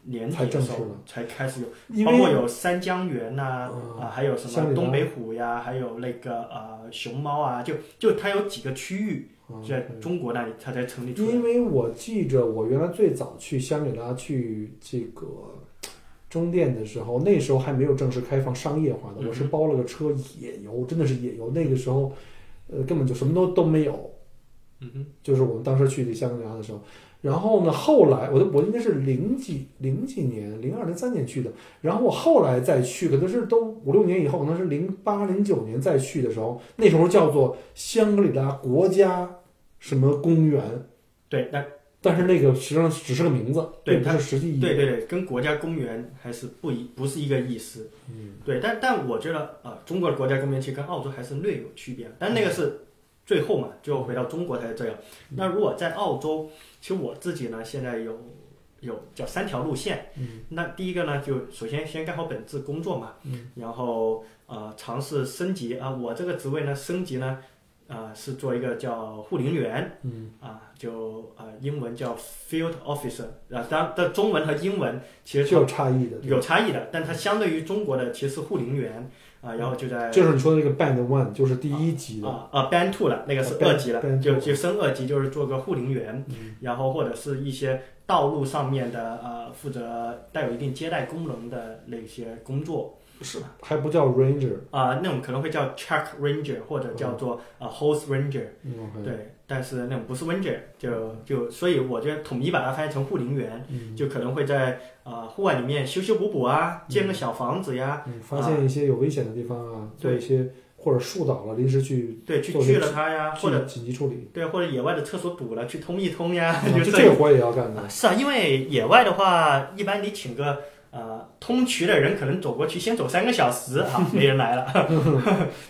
年底
才
的
正
时候
式的
才开始有。
因
包括
为
有三江源呐、啊
嗯
还有什
香
么
园
东北虎呀，还有那个呃熊猫啊，就就它有几个区域
嗯
在中国那里，它才成立出来。
因为我记着我原来最早去香格里拉去这个中甸的时候，那时候还没有正式开放商业化
嗯
的，我是包了个车野游，真的是野游。那个时候，呃，根本就什么都都没有，
嗯哼，
就是我们当时去这香格里拉的时候，然后呢，后来我我应该是零几零几年，零二零三年去的，然后我后来再去，可能是都五六年以后，可能是零八零九年再去的时候，那时候叫做香格里拉国家什么公园，
对，那
但是那个实际上只是个名字，
对
并不是实际意义。
对对对，跟国家公园还是不一不是一个意思。
嗯，
对，但但我觉得啊、呃中国的国家公园其实跟澳洲还是略有区别，
嗯
但那个是最后嘛，最后回到中国才是这样。那如果在澳洲，其实我自己呢现在有有叫三条路线。
嗯，
那第一个呢，就首先先干好本职工作嘛，
嗯，
然后呃尝试升级啊、我这个职位呢升级呢。啊、是做一个叫护林员，
嗯，
啊，就啊、英文叫 field officer，啊，当然，但中文和英文其实
是有差异的，
有差异的，但它相对于中国的其实护林员啊，然后就在
就是你说的那个 Band One，就是第一级的，
啊啊 Band Two 了，那个是
啊，Band-
二级了，
Band
就
two
就升二级就是做个护林员，
嗯
然后或者是一些道路上面的呃负责带有一定接待功能的那些工作
是还不叫 Ranger，
啊、那种可能会叫 Track Ranger 或者叫做呃 Hose Ranger，
嗯，OK，
对，但是那种不是 Ranger，就就所以我觉得统一把它翻译成护林员，
嗯
就可能会在啊户外里面修修补补啊，建个小房子呀。
嗯，发现一些有危险的地方啊，做
啊对
一些或者树倒了，临时去
对，去
做
锯
些
了它呀，啊或者
去紧急处理，
对，或者野外的厕所堵了，去通一通呀，
啊
就
就
这
这个活也要干的
啊，是啊，因为野外的话，一般你请个呃通渠的人，可能走过去先走三个小时啊，没人来了。 [LAUGHS]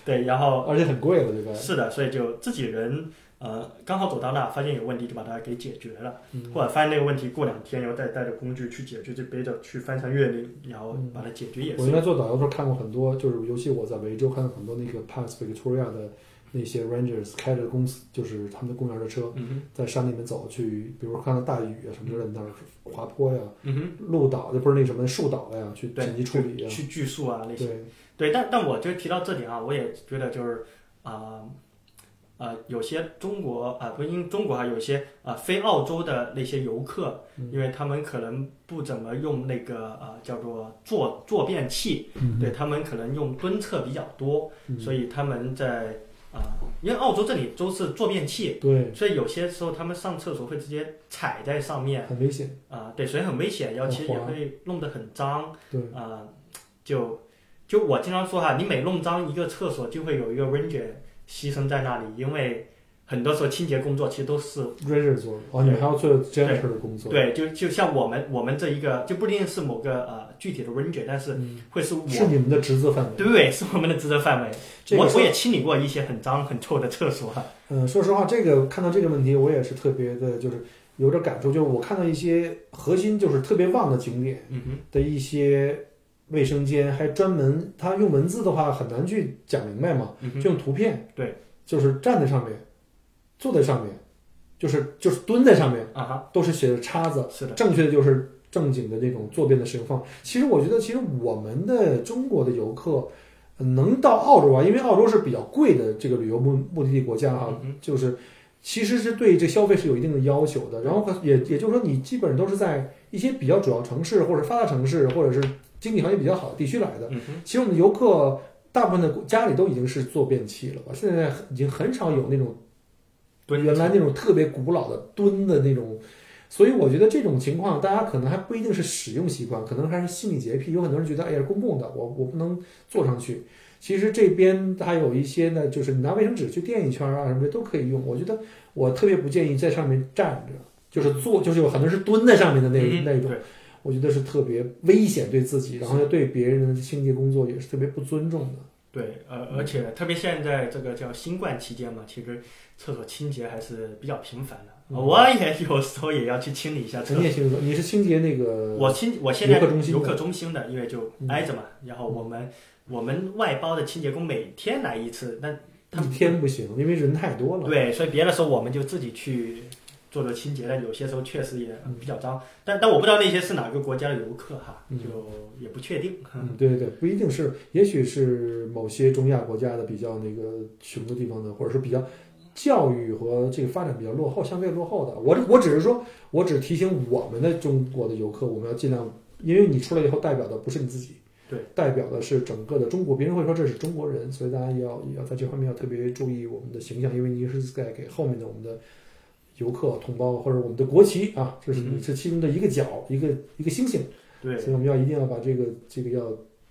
对，然后
而且很贵了，这个
是的，所以就自己人呃刚好走到那，发现有问题就把它给解决了，
嗯
或者发现那个问题过两天，然后再带着工具去解决，就背着去翻山越岭，然后把它解决也
嗯我
是
原来做导游的时候看过很多，就是尤其我在维州看到很多那个 Pass Victoria 的那些 Rangers 开着公司，就是他们的公园的车，
嗯
在山里面走去，比如看到大雨啊什么之类的，那儿滑坡呀、
哼嗯哼，
路倒，那不是那什么树倒了呀，去
对
紧急处理呀，
去锯树啊那些。
对，
对，但但我就提到这里啊，我也觉得就是啊呃有些中国啊、不是因为中国啊，有一些啊、非澳洲的那些游客，
嗯
因为他们可能不怎么用那个啊、叫做坐坐便器，对他们可能用蹲厕比较多，
嗯
所以他们在啊、因为澳洲这里都是坐便器，
对，
所以有些时候他们上厕所会直接踩在上面
很危险，
啊、对，所以很危险，然后其实也
很滑
会弄得很脏。
对，
啊、就就我经常说哈，你每弄脏一个厕所，就会有一个 ranger 牺牲在那里，因为很多时候清洁工作其实都是
Ranger 做的，哦，你们还要做 janitor 的工作，
对，就就像我们我们这一个就不一定是某个呃具体的 ranger，但是
嗯，
会是我。
是你们的职责范围。
对对，是我们的职责范围。
这个
我
是
我也清理过一些很脏很臭的
[LAUGHS]
厕所。
嗯，说实话，这个看到这个问题，我也是特别的，就是有点感触，就是我看到一些核心就是特别旺的景点。
嗯哼，
的一些卫生间，还专门他用文字的话很难去讲明白嘛，
嗯
就
哼，
用图片，
对，
就是站在上面，坐在上面，就是就是蹲在上面，
啊哈，
都是写着叉子，
是的，
正确的就是正经的这种坐便的使用方法。其实我觉得，其实我们的中国的游客呃能到澳洲啊，因为澳洲是比较贵的这个旅游目目的地国家哈、
嗯哼
就是其实是对这消费是有一定的要求的。然后可也也就是说，你基本上都是在一些比较主要城市或者发达城市或者是经济环境比较好的地区来的。
嗯哼，
其实我们的游客大部分的家里都已经是坐便器了吧？现在已经很少有那种
蹲
原来那种特别古老的蹲的那种，所以我觉得这种情况，大家可能还不一定是使用习惯，可能还是心理洁癖。有很多人觉得，哎呀，公共的，我我不能坐上去。其实这边还有一些呢，就是你拿卫生纸去垫一圈啊什么的都可以用。我觉得我特别不建议在上面站着，就是坐，就是有很多人是蹲在上面的那
嗯
那种。
对
我觉得是特别危险，对自己，然后又对别人的清洁工作也是特别不尊重的。
对，呃，
嗯
而且特别现在这个叫新冠期间嘛，其实厕所清洁还是比较频繁的。
嗯
我也有时候也要去清理一下
陈
厕所。
建新你是清洁那个
我清我现在
游客中心的嗯
游客中心的，因为就挨着嘛，然后我们我们外包的清洁工每天来一次，那他
一
们
天不行，因为人太多了。
对，所以别的时候我们就自己去做做清洁，但有些时候确实也
嗯
比较脏，但但我不知道那些是哪个国家的游客哈，
嗯
就也不确定。
嗯， [LAUGHS] 对对对，不一定是，也许是某些中亚国家的比较那个穷的地方呢，或者是比较教育和这个发展比较落后，相对落后的。我我只是说，我只提醒我们的中国的游客，我们要尽量，因为你出来以后代表的不是你自己，
对，
代表的是整个的中国，别人会说这是中国人，所以大家也要也要在这方面要特别注意我们的形象，因为你是在给后面的我们的。游客同胞或者我们的国旗啊，这是
嗯
这其中的一个角，一个一个星星。
对，
所以我们要一定要把这个这个要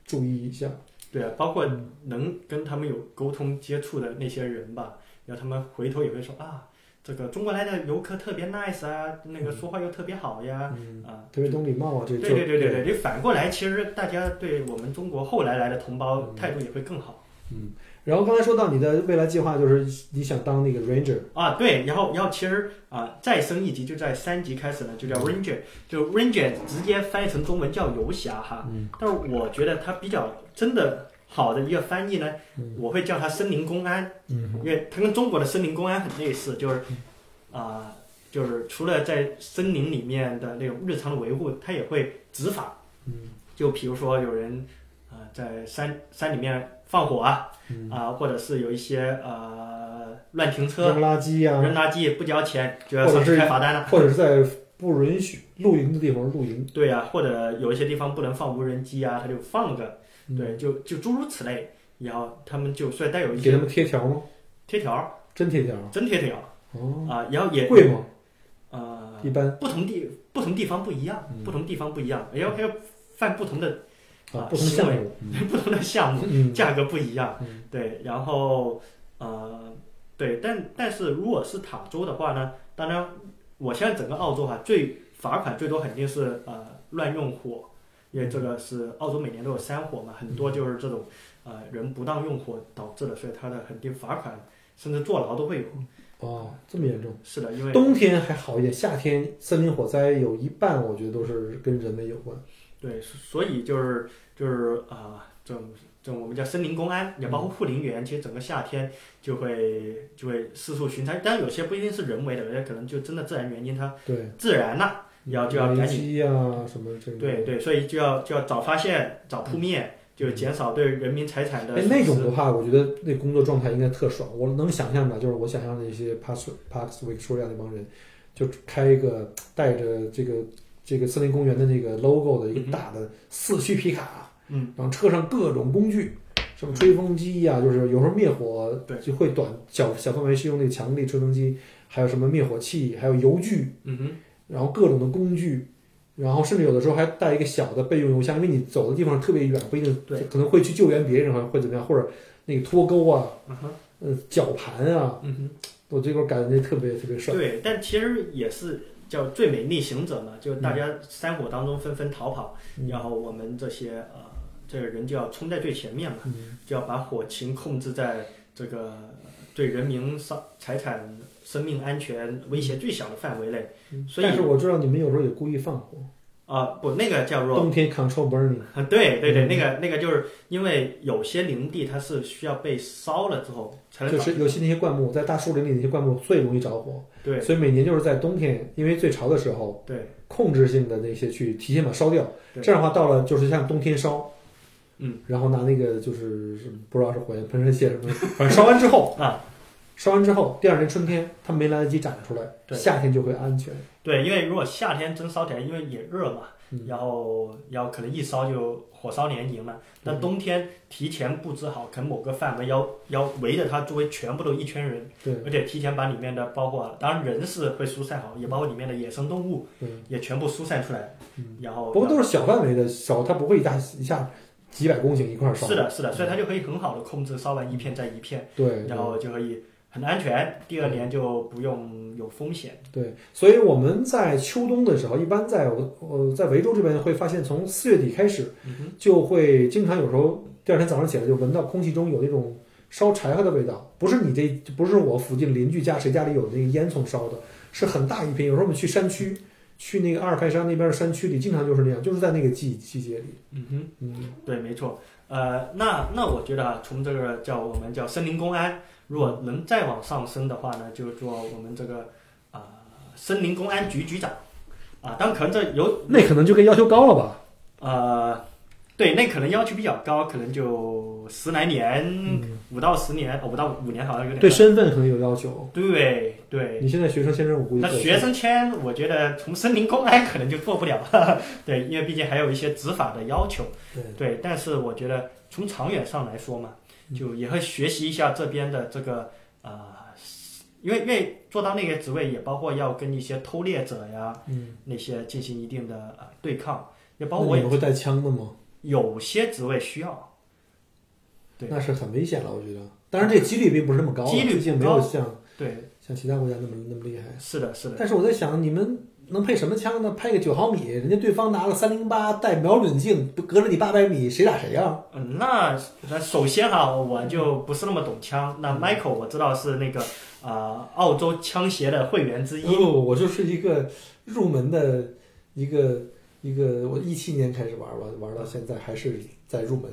注意一下。
对啊，包括能跟他们有沟通接触的那些人吧，然后他们回头也会说啊，这个中国来的游客特别 nice 啊，那个
嗯
说话又特别好呀，
嗯，
啊，
特别懂礼貌啊，这
对
就
对对对对，这反过来其实大家对我们中国后来来的同胞
嗯
态度也会更好
嗯。然后刚才说到你的未来计划，就是你想当那个 ranger，
啊。对，然后然后其实啊，再升一级就在三级开始呢，就
嗯
叫 ranger，就 ranger 直接翻译成中文叫游侠哈。
嗯
但是我觉得它比较真的好的一个翻译呢，
嗯
我会叫它森林公安，
嗯
因为它跟中国的森林公安很类似，就是啊、就是除了在森林里面的那种日常的维护，它也会执法。
嗯
就比如说有人啊、呃在山山里面放火啊
嗯，
啊、或者是有一些呃乱停车、
扔垃圾啊，
扔垃圾不交钱，就要
或者
上去
是
开罚单了。
或者是在不允许露营的地方露营，
对啊，或者有一些地方不能放无人机啊，他就放个，
嗯
对，就就诸如此类。然后他们就所以带有一
给他
些
们贴条吗？
贴条儿，
真贴条？啊
真贴条
哦，
啊、然后也
贵吗？
呃
一般
不同地不同地方不一样，
嗯
不同地方不一样，哎也要还要犯不同的
啊
啊，
不同项目，嗯
[LAUGHS] 不同的项目，
嗯
价格不一样，
嗯
对，然后呃，对，但但是如果是塔州的话呢，当然，我现在整个澳洲哈、啊最罚款最多肯定是呃乱用火，因
嗯
为这个是澳洲每年都有山火嘛，很多就是这种呃人不当用火导致的，所以它的肯定罚款甚至坐牢都会有。
哦，这么严重。
是的，因为
冬天还好一点，夏天森林火灾有一半，我觉得都是跟人类有关。
对，所以就是就是啊、呃这种这种我们叫森林公安，也包
嗯
括护林员，其实整个夏天就会就会四处巡查。当然有些不一定是人为的，有些可能就真的自然原因，它
对，
自燃了、啊要就要
煤
赶紧
机啊什么这种。
对，对，所以就要就要早发现、早扑灭，就减少对人民财产的
嗯哎，
损
那种
失
的话，我觉得那工作状态应该特爽。我能想象的，就是我想象的一些 Pax Pax Victoria 那帮人，就开一个带着这个这个森林公园的那个 logo 的一
嗯哼
个大的四驱皮卡，
嗯，
然后车上各种工具，什么吹风机呀、就是有时候灭火
对
就会短小小范围是用那个强力吹风机，还有什么灭火器，还有油锯，
嗯哼，
然后各种的工具，然后甚至有的时候还带一个小的备用油箱，因为你走的地方特别远，不一定
对
可能会去救援别人，啊或会怎么样，或者那个脱钩啊，
嗯哼，
呃，绞盘啊，
嗯哼。
我这块感觉特别特别帅。
对，但其实也是叫最美逆行者嘛，就大家山火当中纷纷逃跑，
嗯
然后我们这些呃这个人就要冲在最前面嘛，
嗯
就要把火情控制在这个对人民伤财产、生命安全威胁最小的范围内。
嗯
所以
但是我知道你们有时候也故意放火，
啊、不，那个叫 raw。
冬天 control burning，
对对对，
嗯
那个那个就是因为有些林地它是需要被烧了之后才能
就
找
是有些那些灌木，在大树林里那些灌木最容易着火，
对
所以每年就是在冬天，因为最潮的时候，
对，
控制性的那些去提前把它烧掉。
对
这样的话，到了就是像冬天烧，
嗯，
然后拿那个就是什么不知道是火焰喷射器什么， [LAUGHS] 反正烧完之后
啊，
烧完之后，第二年春天它没来得及长出来，
对
夏天就会安全。
对，因为如果夏天真烧起来，因为也热嘛，
嗯
然后然后可能一烧就火烧连营了。
嗯
但冬天提前布置好，可能某个范围要要围着它周围全部都一圈人，
对
而且提前把里面的包括当然人是会疏散好，也包括里面的野生动物
对，
也全部疏散出来。
嗯，
然后
不过都是小范围的烧，它不会一大一下几百公顷一块儿烧。
是的，是的，所以它就可以很好的控制烧完一片再一片，
嗯对，
然后就可以很安全。第二年就不用有风险。
对，所以我们在秋冬的时候，一般在我呃在维州这边会发现，从四月底开始
嗯哼，
就会经常有时候第二天早上起来就闻到空气中有那种烧柴火的味道，不是你这不是我附近邻居家谁家里有那个烟囱烧的，是很大一片。有时候我们去山区，去那个阿尔泰山那边的山区里，经常就是那样，就是在那个季季节里，
嗯哼。
嗯
对，没错。呃，那那我觉得啊，从这个叫我们叫森林公安，如果能再往上升的话呢，就做我们这个啊、森林公安局局长啊、当然可能这有
那可能就跟要求高了吧？
呃，对，那可能要求比较高，可能就十来年，
嗯，
五到十年，哦五到五年好像有点
对身份可能有要求。
对对。
你现在学生签证我估计
那
会
学生签，我觉得从森林公安可能就做不了， [LAUGHS] 对，因为毕竟还有一些执法的要求。
对
对，但是我觉得从长远上来说嘛，
嗯
就也会学习一下这边的这个呃，因为因为做到那个职位，也包括要跟一些偷猎者呀
嗯，
那些进行一定的呃对抗，也包
那
括我
你
也
们会带枪的吗？
有些职位需要，对
那是很危险了，我觉得。当然，这几率并不是那么高啊，
几率不
毕竟没有像
对，
像其他国家那么那么厉害。
是的，是的，
但是我在想，你们能配什么枪呢？配个九毫米，人家对方拿了三零八带瞄准镜，隔着你八百米，谁打谁啊呀、
嗯，那那首先哈，我就不是那么懂枪。
嗯
那 Michael 我知道是那个呃澳洲枪协的会员之
不
一。
不不，我就是一个入门的一个一个，我一七年开始玩吧，玩到现在还是在入门。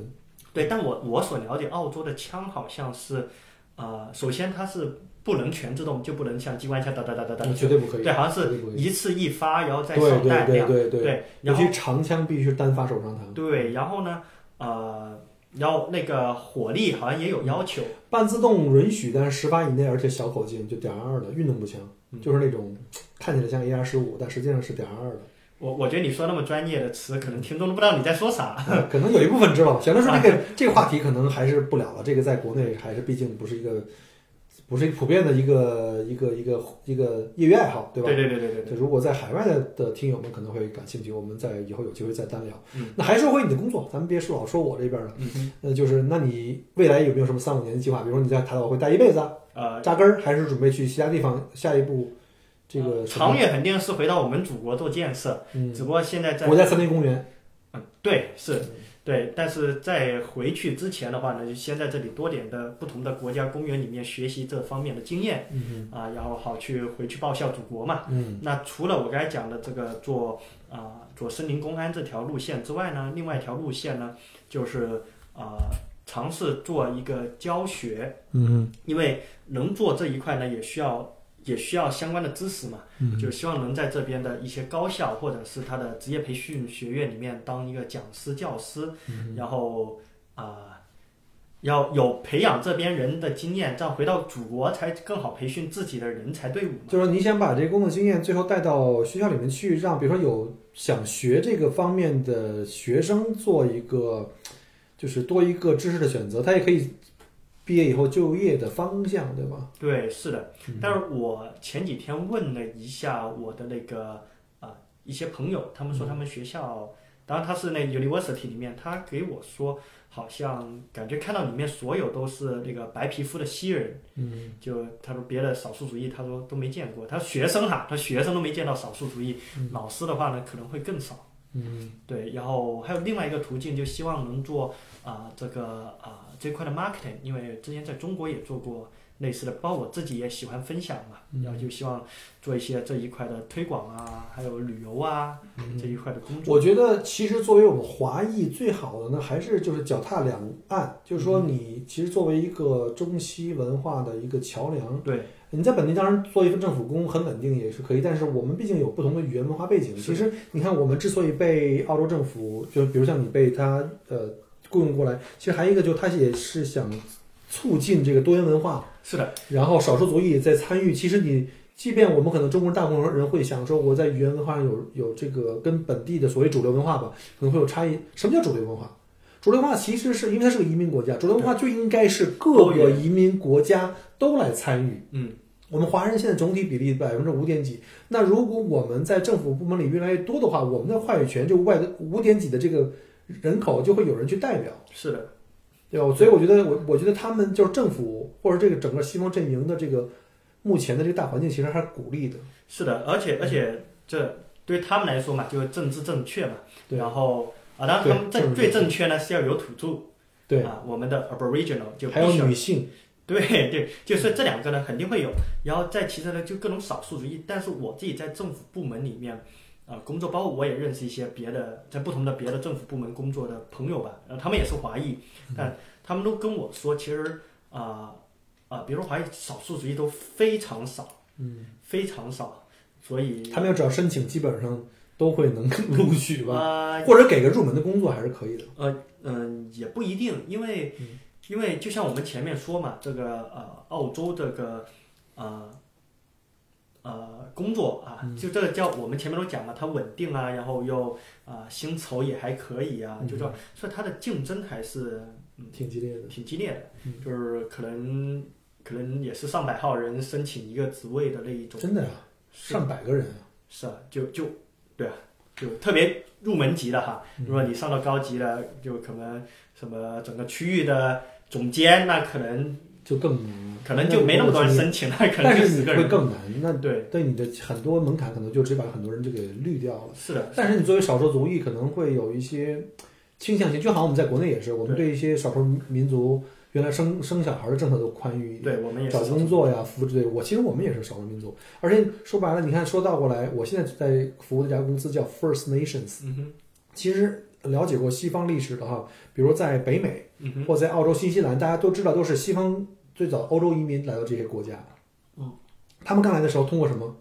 对，但我我所了解澳洲的枪好像是，呃，首先它是不能全自动，就不能像机关枪哒哒哒哒哒
你，绝对不嗯可以，
对，好像
绝
是
对不可以。
一次一发，然后再
对
上
对
弹那
对
样。
对对，尤
然后
其长枪必须是单发手上膛，
对，然后呢，呃，然后那个火力好像也有要求。
半自动允许，但是十发以内，而且小口径，就点二的运动步枪，
嗯
就是那种看起来像 AR 十五，但实际上是点二的。
我我觉得你说那么专业的词，可能听众都不知道你在说啥。
嗯可能有一部分知道吧。小刘说
[LAUGHS]
这个这个话题可能还是不了了，这个在国内还是毕竟不是一个不是一个普遍的一个一个一个一个业余爱好，对吧？
对对对对对
就如果在海外的的听友们可能会感兴趣，我们在以后有机会再单聊。
嗯
那还说回你的工作，咱们别说老说我这边了。
嗯哼，
那就是，那你未来有没有什么三五年的计划？比如说你在海岛会待一辈子啊，
呃，
扎根儿，还是准备去其他地方下一步这个什
呃嗯长
么？
远肯定是回到我们祖国做建设，
嗯，
只不过现在在
国家森林公园
嗯对是，对，但是在回去之前的话呢，就先在这里多点的不同的国家公园里面学习这方面的经验
嗯
啊、然后好去回去报效祖国嘛。
哼嗯
那除了我刚才讲的这个做啊、做森林公安这条路线之外呢，另外一条路线呢就是啊、尝试做一个教学
嗯哼
因为能做这一块呢，也需要也需要相关的知识嘛，就希望能在这边的一些高校或者是他的职业培训学院里面当一个讲师、教师，然后啊、要有培养这边人的经验，这样回到祖国才更好培训自己的人才队伍嘛。
就是你想把这个工作经验最后带到学校里面去，让比如说有想学这个方面的学生做一个，就是多一个知识的选择，他也可以毕业以后就业的方向，对吧？
对，是的。但是我前几天问了一下我的那个啊、呃一些朋友，他们说他们学校，当然他是那 university 里面，他给我说好像感觉看到里面所有都是那个白皮肤的西人，
嗯，
就他说别的少数族裔，他说都没见过。他说学生哈，他学生都没见到少数族裔，老师的话呢可能会更少。
嗯
对，然后还有另外一个途径，就希望能做啊、这个啊、这块的 marketing，因为之前在中国也做过类似的，包括我自己也喜欢分享嘛，然
嗯
后就希望做一些这一块的推广啊，还有旅游啊、
嗯
这一块的工作。
我觉得其实作为我们华裔最好的呢，还是就是脚踏两岸，就是
嗯
说你其实作为一个中西文化的一个桥梁，
对，
你在本地当然做一份政府工很稳定也是可以，但是我们毕竟有不同的语言文化背景。
是
其实你看，我们之所以被澳洲政府，就比如像你被他呃雇佣过来，其实还有一个就是他也是想促进这个多元文化，
是的，
然后少数族裔在参与。其实你即便我们可能中国人大部分人会想说，我在语言文化上有有这个跟本地的所谓主流文化吧，可能会有差异。什么叫主流文化？主流文化其实是因为它是个移民国家，主流文化就应该是各
多
个移民国家都来参与。
嗯，
我们华人现在总体比例百分之五点几，那如果我们在政府部门里越来越多的话，我们的话语权就五百五点几的这个人口就会有人去代表。
是的，
对吧？所以我觉得，我我觉得他们就是政府或者这个整个西方阵营的这个目前的这个大环境，其实还是鼓励的。
是的，而且而
嗯
且这对他们来说嘛，就是政治正确嘛。
对
然后啊，当然他们
对
正
政治
最正确呢是要有土著。
对，
啊，我们的 Aboriginal 就
还
必须
有女性，
[LAUGHS] 对对，就是这两个呢肯定会有，然后再其次呢就各种少数族裔，但是我自己在政府部门里面，呃，工作，包括我也认识一些别的在不同的别的政府部门工作的朋友吧，呃，他们也是华裔，但他们都跟我说，其实啊啊、比如华裔少数族裔都非常少，嗯，非常少，所以
他们要只要申请，基本上都会能
嗯
录取吧，
啊、
或者给个入门的工作还是可以的。
呃，嗯，也不一定，因为、因为就像我们前面说嘛，这个呃，澳洲这个呃呃工作啊，就这个叫我们前面都讲了，它稳定啊，然后又啊、薪酬也还可以啊，就说所以它的竞争还是
挺激烈的，
挺激烈的，就是可能可能也是上百号人申请一个职位的那一种，
真的啊，
是
上百个人啊，
是啊，就就对啊，就特别入门级的哈。
嗯
如果你上到高级的，就可能什么整个区域的总监，那可能
就更
可能就没那么多人申请了，可能
但
就是十
你
个
会
人。
更难，那
对，
对你的很多门槛可能就只把很多人就给滤掉了。
是的，
但是你作为少数族裔，可能会有一些倾向性，就好像我们在国内也是，我们对一些少数民族原来生生小孩的政策都宽裕一点，
对我们也是
找工作呀、扶持对我，其实我们也是少数民族，而且说白了，你看说倒过来，我现在在服务的这家公司叫 First Nations，
嗯哼，
其实了解过西方历史的哈，比如在北美
嗯哼，
或在澳洲、新西兰，大家都知道都是西方最早欧洲移民来到这些国家，
嗯，
他们刚来的时候通过什么？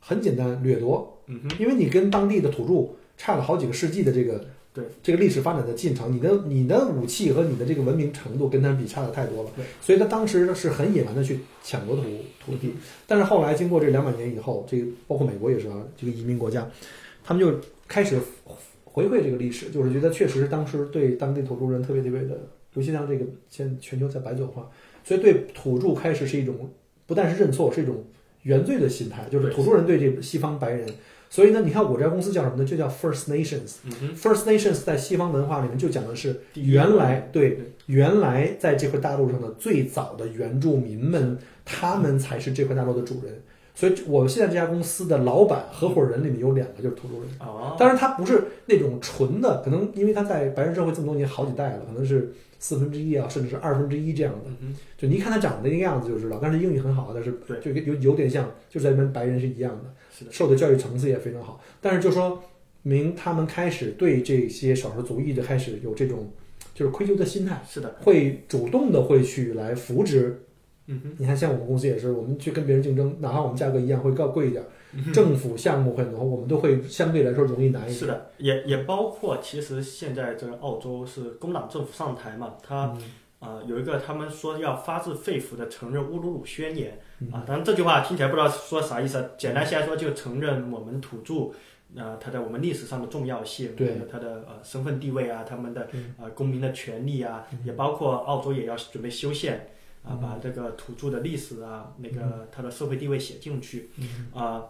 很简单，掠夺。
嗯哼，
因为你跟当地的土著差了好几个世纪的这个
对
这个历史发展的进程，你的你的武器和你的这个文明程度跟他们比差的太多了
对，
所以他当时是很野蛮的去抢夺土土地，但是后来经过这两百年以后，这个包括美国也是啊，这个移民国家，他们就开始回馈这个历史，就是觉得确实当时对当地土著人特别特别的，尤其像这个现在全球在白酒化，所以对土著开始是一种不但是认错，是一种呃原罪的心态，就是
对
土著人对这个西方白人。所以呢，你看我这家公司叫什么呢？就叫 First Nations。
嗯哼，
First Nations 在西方文化里面就讲的是
第一
原来对
对
原来在这块大陆上的最早的原住民们，他
嗯
们才是这块大陆的主人。所以我们现在这家公司的老板合伙人里面有两个就是土著人。
哦，
当然，他不是那种纯的，可能因为他在白人社会这么多年好几代了，可能是四分之一啊，甚至是二分之一这样的。
嗯哼，
就你一看他长得那个样子就知道，但是英语很好，啊但是
对
就有有点像，就是在跟白人是一样的。
是的，
受的教育层次也非常好。但是就说明他们开始对这些少数族裔的开始有这种就是愧疚的心态，
是的，
会主动的会去来扶植。
嗯哼，
你看，像我们公司也是，我们去跟别人竞争，哪怕我们价格一样，会更贵一点儿。
嗯哼
政府项目很多，我们都会相对来说容易拿一点。
是的，也也包括其实现在这个澳洲是工党政府上台嘛，他
嗯，
呃有一个他们说要发自肺腑的承认乌鲁鲁宣言
嗯
啊，当然这句话听起来不知道说啥意思，啊，简单些来说就承认我们土著。呃，它在我们历史上的重要性，
对
还有它的呃身份地位啊，他们的
嗯
呃公民的权利啊，也包括澳洲也要准备修宪啊，把这个土著的历史啊，那个它的社会地位写进去。啊、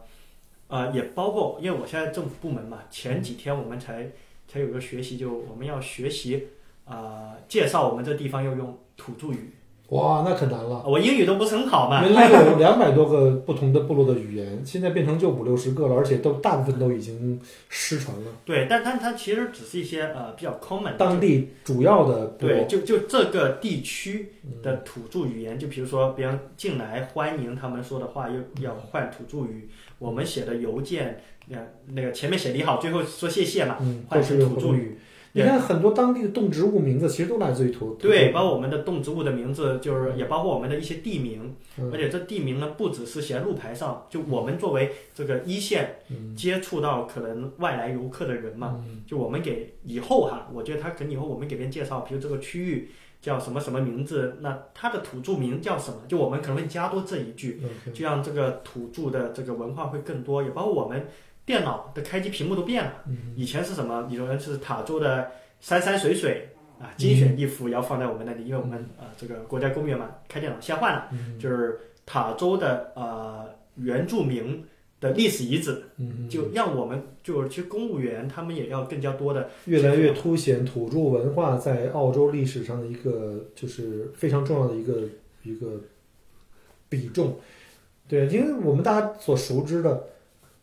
啊、也包括因为我现在政府部门嘛，前几天我们才才有个学习，就我们要学习啊、介绍我们这地方要用土著语。啊
哇，那可难了。
我英语都不是很好嘛，
原来有两百多个不同的部落的语言，现在变成就五六十个了，而且都大部分都已经失传了。
[LAUGHS] 对，但但它其实只是一些呃比较 common
当
地
地主要的部
对，
落，
就就这个地区的土著语言，就比如说别人进来欢迎他们说的话，又要换土著语。我们写的邮件，那、那个前面写你好，最后说谢谢嘛，
嗯，
换
都
成
是
土著语。
你看很多当地的动植物名字其实都来自于土，
对，
土
包括我们的动植物的名字，就是也包括我们的一些地名，
嗯
而且这地名呢，不只是写在路牌上，就我们作为这个一线接触到可能外来游客的人嘛，就我们给以后哈，我觉得他可能以后我们给别人介绍，比如这个区域叫什么什么名字，那它的土著名叫什么，就我们可能会加多这一句，
嗯
就让这个土著的这个文化会更多，也包括我们电脑的开机屏幕都变了，
嗯
以前是什么？有人是塔州的山山水水啊，精选一幅要放在我们那里，因为我们呃这个国家公园嘛，开电脑先换了，
嗯
就是塔州的呃原住民的历史遗址，
嗯，
就让我们就是其实公务员他们也要更加多的
越来越凸显土著文化在澳洲历史上的一个就是非常重要的一个一个比重。对，因为我们大家所熟知的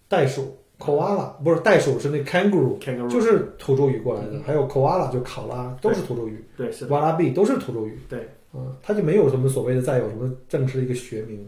袋鼠 koala 不是袋鼠是那 kangaroo，
kangaroo，
就是土著语过来的，
嗯
还有 koala 就考拉都是土著语，
对是的，
瓦拉比都是土著语。
对，
嗯，它就没有什么所谓的再有什么正式的一个学名。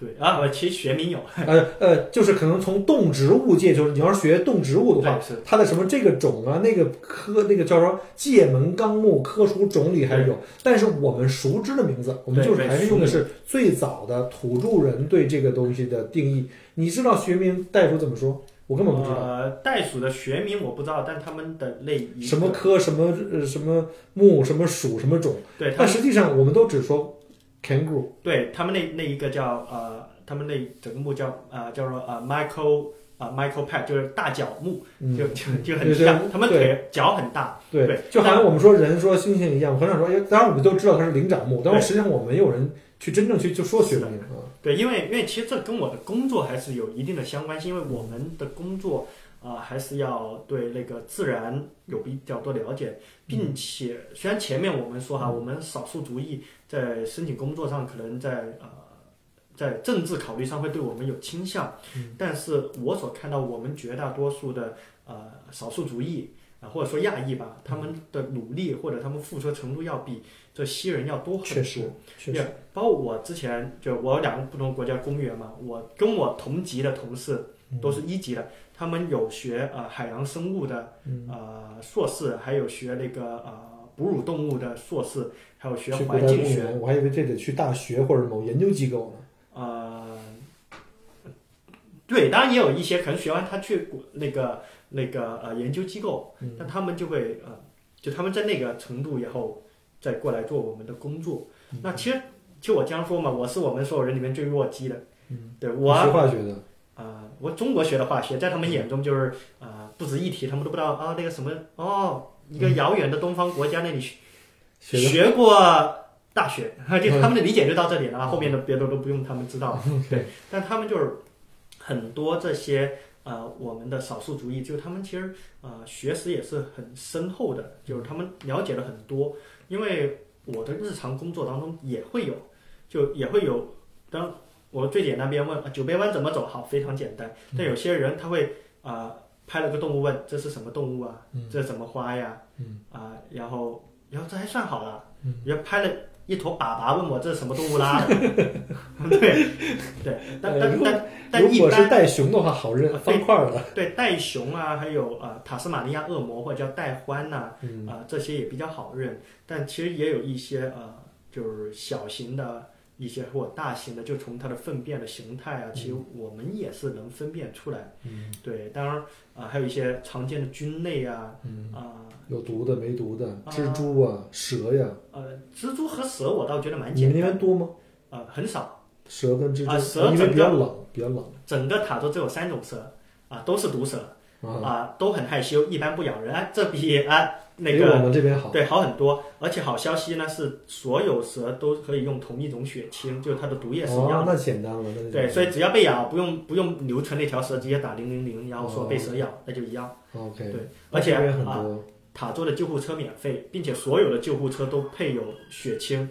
对啊，我其实学名有，
[LAUGHS] 呃呃，就是可能从动植物界，就是你要是学动植物的话
对，是
它的什么这个种啊，那个科，那个叫什么界门纲目科属种里还有，但是我们熟知的名字，我们
对
就是
对
还是用的是最早的土著人对这个东西的定义。你知道学名袋鼠怎么说？我根本不知道。
呃，袋鼠的学名我不知道，但他们的类一
什么科什么呃什么目什么属什么种，
对他
但
们
实际上我们都只说 kangaroo，
对他们那那一个叫呃，他们那整个墓叫呃叫做呃 Michael 呃 Michael Pat，就是大脚木，
嗯
就就就
对
很
对
像，他们
对
腿脚很大，对
对，就好像我们说人说猩猩一样，我很少说，哎，当然我们都知道它是灵长目，但
对
是实际上我们没有人去真正去就说学
是的
名啊。
对，因为因为其实这跟我的工作还是有一定的相关性，因为我们的工作啊、还是要对那个自然有比较多了解，
嗯
并且虽然前面我们说哈，我们少数族裔在申请工作上可能在呃在政治考虑上会对我们有倾向，
嗯
但是我所看到我们绝大多数的呃少数族裔啊、或者说亚裔吧，他
嗯
们的努力或者他们付出的程度要比这西人要多很
确
多。
实，确实
也包括我之前就我有两个不同国家公务员嘛，我跟我同级的同事
嗯
都是一级的，他们有学呃海洋生物的
嗯
呃硕士，还有学那个呃哺乳动物的硕士，还有学
嗯去国家
环
公
境学，
园，我还以为这得去大学或者某研究机构呢。
呃，对，当然也有一些可能学完他去国那个那个呃研究机构，那他们就会呃，就他们在那个程度以后再过来做我们的工作。那其实就我这样说嘛，我是我们所有人里面最弱鸡的，对我
学化学的，
呃，我中国学的化学，在他们眼中就是呃不值一提，他们都不知道啊那个什么哦，一个遥远的东方国家那里学
学的嗯
学过大学，就他们的理解就到这里了，后面的别的都不用他们知道了。对，但他们就是很多这些呃我们的少数族裔，就他们其实呃学识也是很深厚的，就是他们了解了很多，因为我的日常工作当中也会有，就也会有当。我最简单，别人问啊九杯湾怎么走，好，非常简单。但有些人他会啊、呃拍了个动物问这是什么动物啊，
嗯
这是什么花呀，啊、然后然后这还算好了，
嗯
人家拍了一坨粑粑问我这是什么动物
[LAUGHS]
啦， [LAUGHS] 对对，但
呃
但
如
但但
如
一
果是
般
带熊的话，好认
啊
方块的。
对袋熊啊，还有啊、呃塔斯马尼亚恶魔或者叫袋獾呐、啊，这些也比较好认，但其实也有一些呃就是小型的。一些或者大型的，就从它的粪便的形态啊，其实我们也是能分辨出来。嗯，对，当然啊、呃还有一些常见的菌类啊，啊、
有毒的、没毒的，
啊
蜘蛛啊、蛇呀、
呃，蜘蛛和蛇我倒觉得蛮
你
简
们
单
那边多吗？
呃，很少，
蛇跟蜘蛛，
啊蛇
因为
整
比较冷，比较冷
整个塔州只有三种蛇，啊、都是毒蛇，啊、
啊，
都很害羞，一般不咬人，啊，这比啊那
比我
个
们这边好。
对好很多，而且好消息呢是所有蛇都可以用同一种血清，就是它的毒液是一样的。
哦，那简单了，那就
对，所以只要被咬，不用不用留存那条蛇，直接打零零零，然后说被蛇咬，那就一样。
OK，
对，
那
而且
这边很
啊，
多，
塔州的救护车免费，并且所有的救护车都配有血清，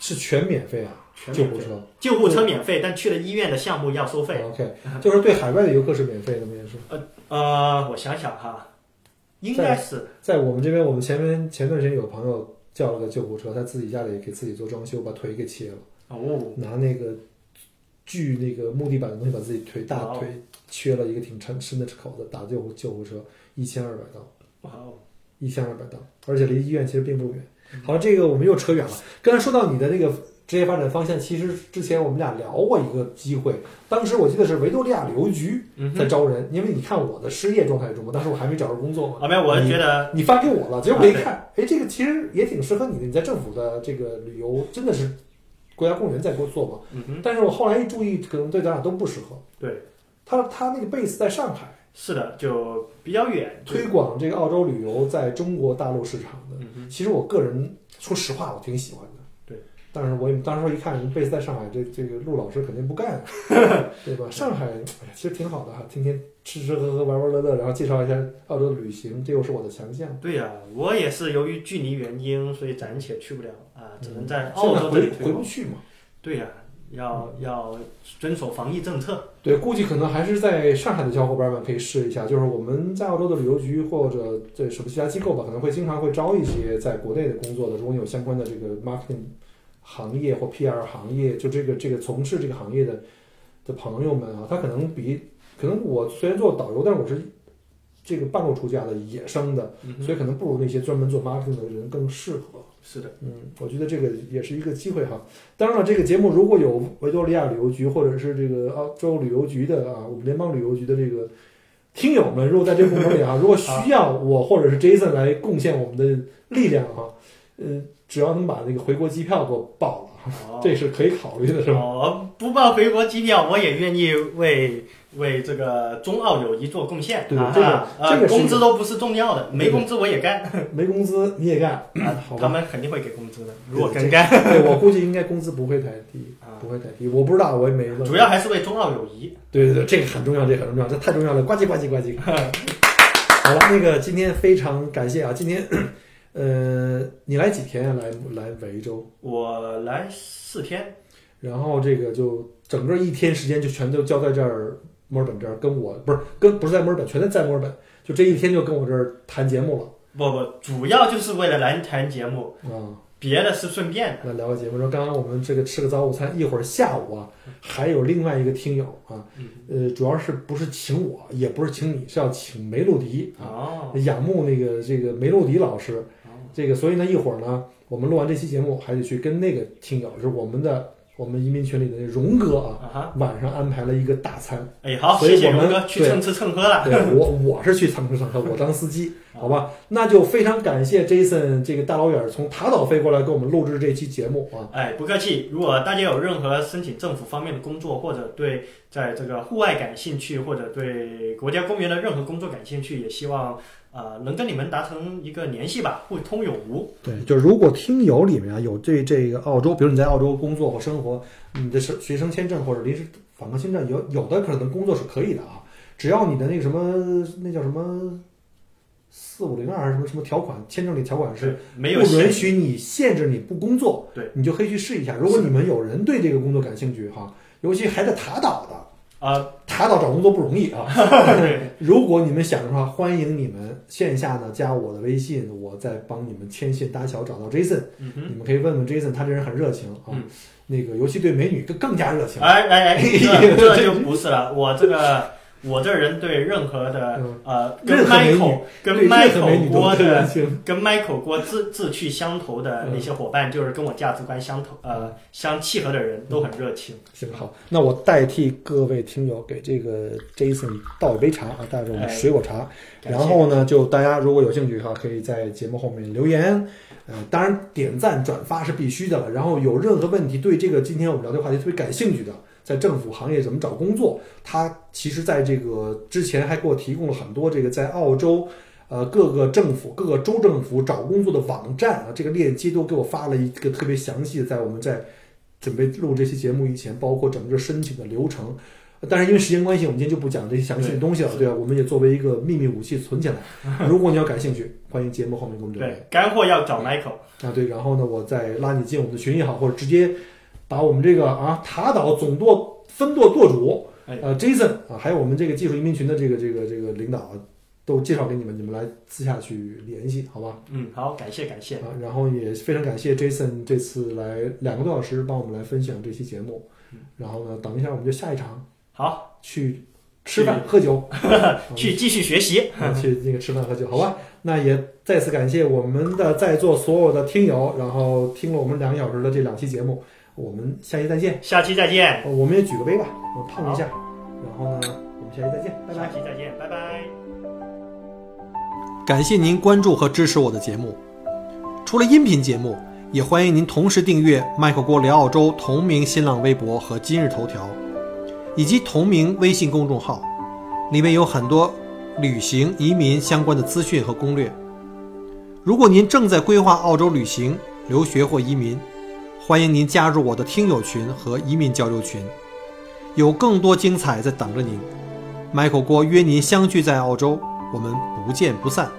是全免费啊，
全
救
免
护
费。
车。
救护车免费，但去了医院的项目要收费。嗯
OK，就是对海外的游客是免费的，没也是。
呃，我想想哈，应该是
在我们这边，我们前面前段时间有朋友叫了个救护车，他自己家里给自己做装修，把腿给切了，
哦，
拿那个锯那个木地板的东西把自己腿大
哇哦
腿缺了一个挺深深的口子，打救护救护车一千二百刀。
哇哦，
一千二百刀，而且离医院其实并不远。好，这个我们又扯远了。刚才说到你的那个职业发展方向，其实之前我们俩聊过一个机会，当时我记得是维多利亚旅游局
嗯
在
哼，
招人，因为你看我的失业状态中嘛，当时我还没找着工作嘛。
啊没有，我是觉得
你发给我了，结果我一看，哎，这个其实也挺适合你的。你在政府的这个旅游真的是国家公园在给我做嘛？
嗯哼，
但是我后来一注意，可能对咱俩都不适合。
对，
他他那个 base 在上海，
是的，就比较远，就
推广这个澳洲旅游在中国大陆市场的
嗯哼，
其实我个人说实话，我挺喜欢的。
对，
但是我也当时一看贝斯在上海，这这个陆老师肯定不
[LAUGHS]
干，啊对吧？上海哎呀其实挺好的哈，天天吃吃喝喝玩玩乐乐，然后介绍一下澳洲旅行，这又是我的强项。
对呀、我也是由于距离原因，所以暂且去不了啊，只能在
嗯现
澳
在
洲这
回
里推
回不嗯
广。
去嘛？
对呀、要要遵守防疫政策。
对，估计可能还是在上海的小伙伴们可以试一下，就是我们在澳洲的旅游局或者这什么其他机构吧，可能会经常会招一些在国内的工作的，如果你有相关的这个 marketing 行业或 PR 行业，就这个这个从事这个行业的的朋友们啊，他可能比可能我虽然做导游，但是我是这个半路出家的野生的，
嗯
所
哼，
以可能不如那些专门做 marketing 的人更适合。[LAUGHS]
是的，
嗯，我觉得这个也是一个机会哈。当然了，这个节目如果有维多利亚旅游局或者是这个澳洲旅游局的啊，我们联邦旅游局的这个听友们，如果在这个部门里啊，如 [LAUGHS] 果需要我或者是 Jason 呃来贡献我们的力量哈、嗯，只要能把那个回国机票给我报了哈、
哦
这是可以考虑的，是吧？ [LAUGHS]
哦，不报回国机票，我也愿意为为这个中澳友谊做贡献。
对
啊，
这个这
呃，
个是
工资都不是重要的，没
对
工资我也干。
没工资你也干，啊好
他
吧？
们肯定会给工资的，如果
对
肯干，
对，我估计应该工资不会太低
啊，
不会太低。我不知道，我也没问。
主要还是为中澳友谊。
对对对，这个很重要，这个很重要，这太重要了，呱唧呱唧呱唧。好了，那个今天非常感谢啊，今天，呃，你来几天啊？来来维州，
我来四天，
然后这个就整个一天时间就全都交在这儿墨尔本这儿，跟我不是跟不是在墨尔本，全在在墨尔本，就这一天就跟我这儿谈节目了
不不，主要就是为了来谈节目，
啊。
别的是顺便的。
那聊个节目说，刚刚我们这个吃个早午餐，一会儿下午啊，还有另外一个听友啊，呃，主要是不是请我，也不是请你，是要请梅露迪啊，
哦，
仰慕那个这个梅露迪老师，这个所以呢，一会儿呢，我们录完这期节目，还得去跟那个听友，就是我们的我们移民群里的那荣哥啊，
啊哈，
晚上安排了一个大餐，
哎，好，
所以
谢谢
我
荣
们
哥，去
对
蹭吃蹭喝了。
对我我是去蹭吃蹭喝，我当司机，好吧？那就非常感谢 Jason 这个大老远儿从塔岛飞过来给我们录制这期节目啊。
哎，不客气。如果大家有任何申请政府方面的工作，或者对在这个户外感兴趣，或者对国家公园的任何工作感兴趣，也希望呃能跟你们达成一个联系吧，互通有无。
对，就如果听友里面啊有对这个澳洲，比如你在澳洲工作或生活，你的学学生签证或者临时访客签证，有有的可能工作是可以的啊，只要你的那个什么那叫什么四五零二还是什么什么条款，签证里条款是
没有
不
限
允许你限制你不工作，
对，
你就可以去试一下。如果你们有人对这个工作感兴趣哈、尤其还在塔岛的， [LAUGHS]
啊，
塔岛找工作不容易
[LAUGHS]
啊。
对
如果你们想的话，欢迎你们线下呢加我的微信，我再帮你们牵线搭桥找到 Jason。
嗯哼，
你们可以问问 Jason，他这人很热情啊，
嗯
那个尤其对美女更更加热情。
哎哎哎，这这就不是了，我这
[LAUGHS]
个。我这人对任何的
嗯
呃，跟
任何美女
Michael 跟
对任何美
Michael
女都
郭
特
的
热情。
跟 Michael 郭志志趣相投的那些伙伴，就是跟我价值观相投呃相契合的人，都很热情。
行好，那我代替各位听友给这个 Jason 倒一杯茶啊，带着我们水果茶。
哎
然后呢，就大家如果有兴趣的话，可以在节目后面留言。呃，当然点赞转发是必须的了。然后有任何问题，对这个今天我们聊的话题特别感兴趣的，在政府行业怎么找工作，他其实在这个之前还给我提供了很多这个在澳洲。呃，各个政府、各个州政府找工作的网站啊，这个链接都给我发了一个特别详细的，在我们在准备录这期节目以前，包括整个申请的流程。但是因为时间关系，我们今天就不讲这些详细的东西了，
对
对吧、我们也作为一个秘密武器存起来。如果你要感兴趣，欢迎节目后面给我们留言
对，干货要找 Michael。
啊。对，然后呢，我再拉你进我们的群也好，或者直接把我们这个啊塔岛总舵分舵舵主
哎
呃 Jason 啊，还有我们这个技术移民群的这个这个这个领导啊都介绍给你们，你们来私下去联系，好吧？
嗯，好，感谢感谢。
啊，然后也非常感谢 Jason 这次来两个多小时帮我们来分享这期节目。然后呢，等一下我们就下一场
好，
去吃饭喝酒，
去继续学习。 [LAUGHS]
啊去那个吃饭喝酒，好吧？那也再次感谢我们的在座所有的听友，然后听了我们两个小时的这两期节目，我们下期再见。
下期再见，
呃我们也举个杯吧，我碰一下。然后呢，我们下期再见，拜拜
下。期再见，拜拜。
感谢您关注和支持我的节目。除了音频节目，也欢迎您同时订阅麦克郭聊澳洲同名新浪微博和今日头条，以及同名微信公众号，里面有很多旅行、移民相关的资讯和攻略。如果您正在规划澳洲旅行、留学或移民，欢迎您加入我的听友群和移民交流群，有更多精彩在等着您。Michael 郭约您相聚在澳洲，我们不见不散。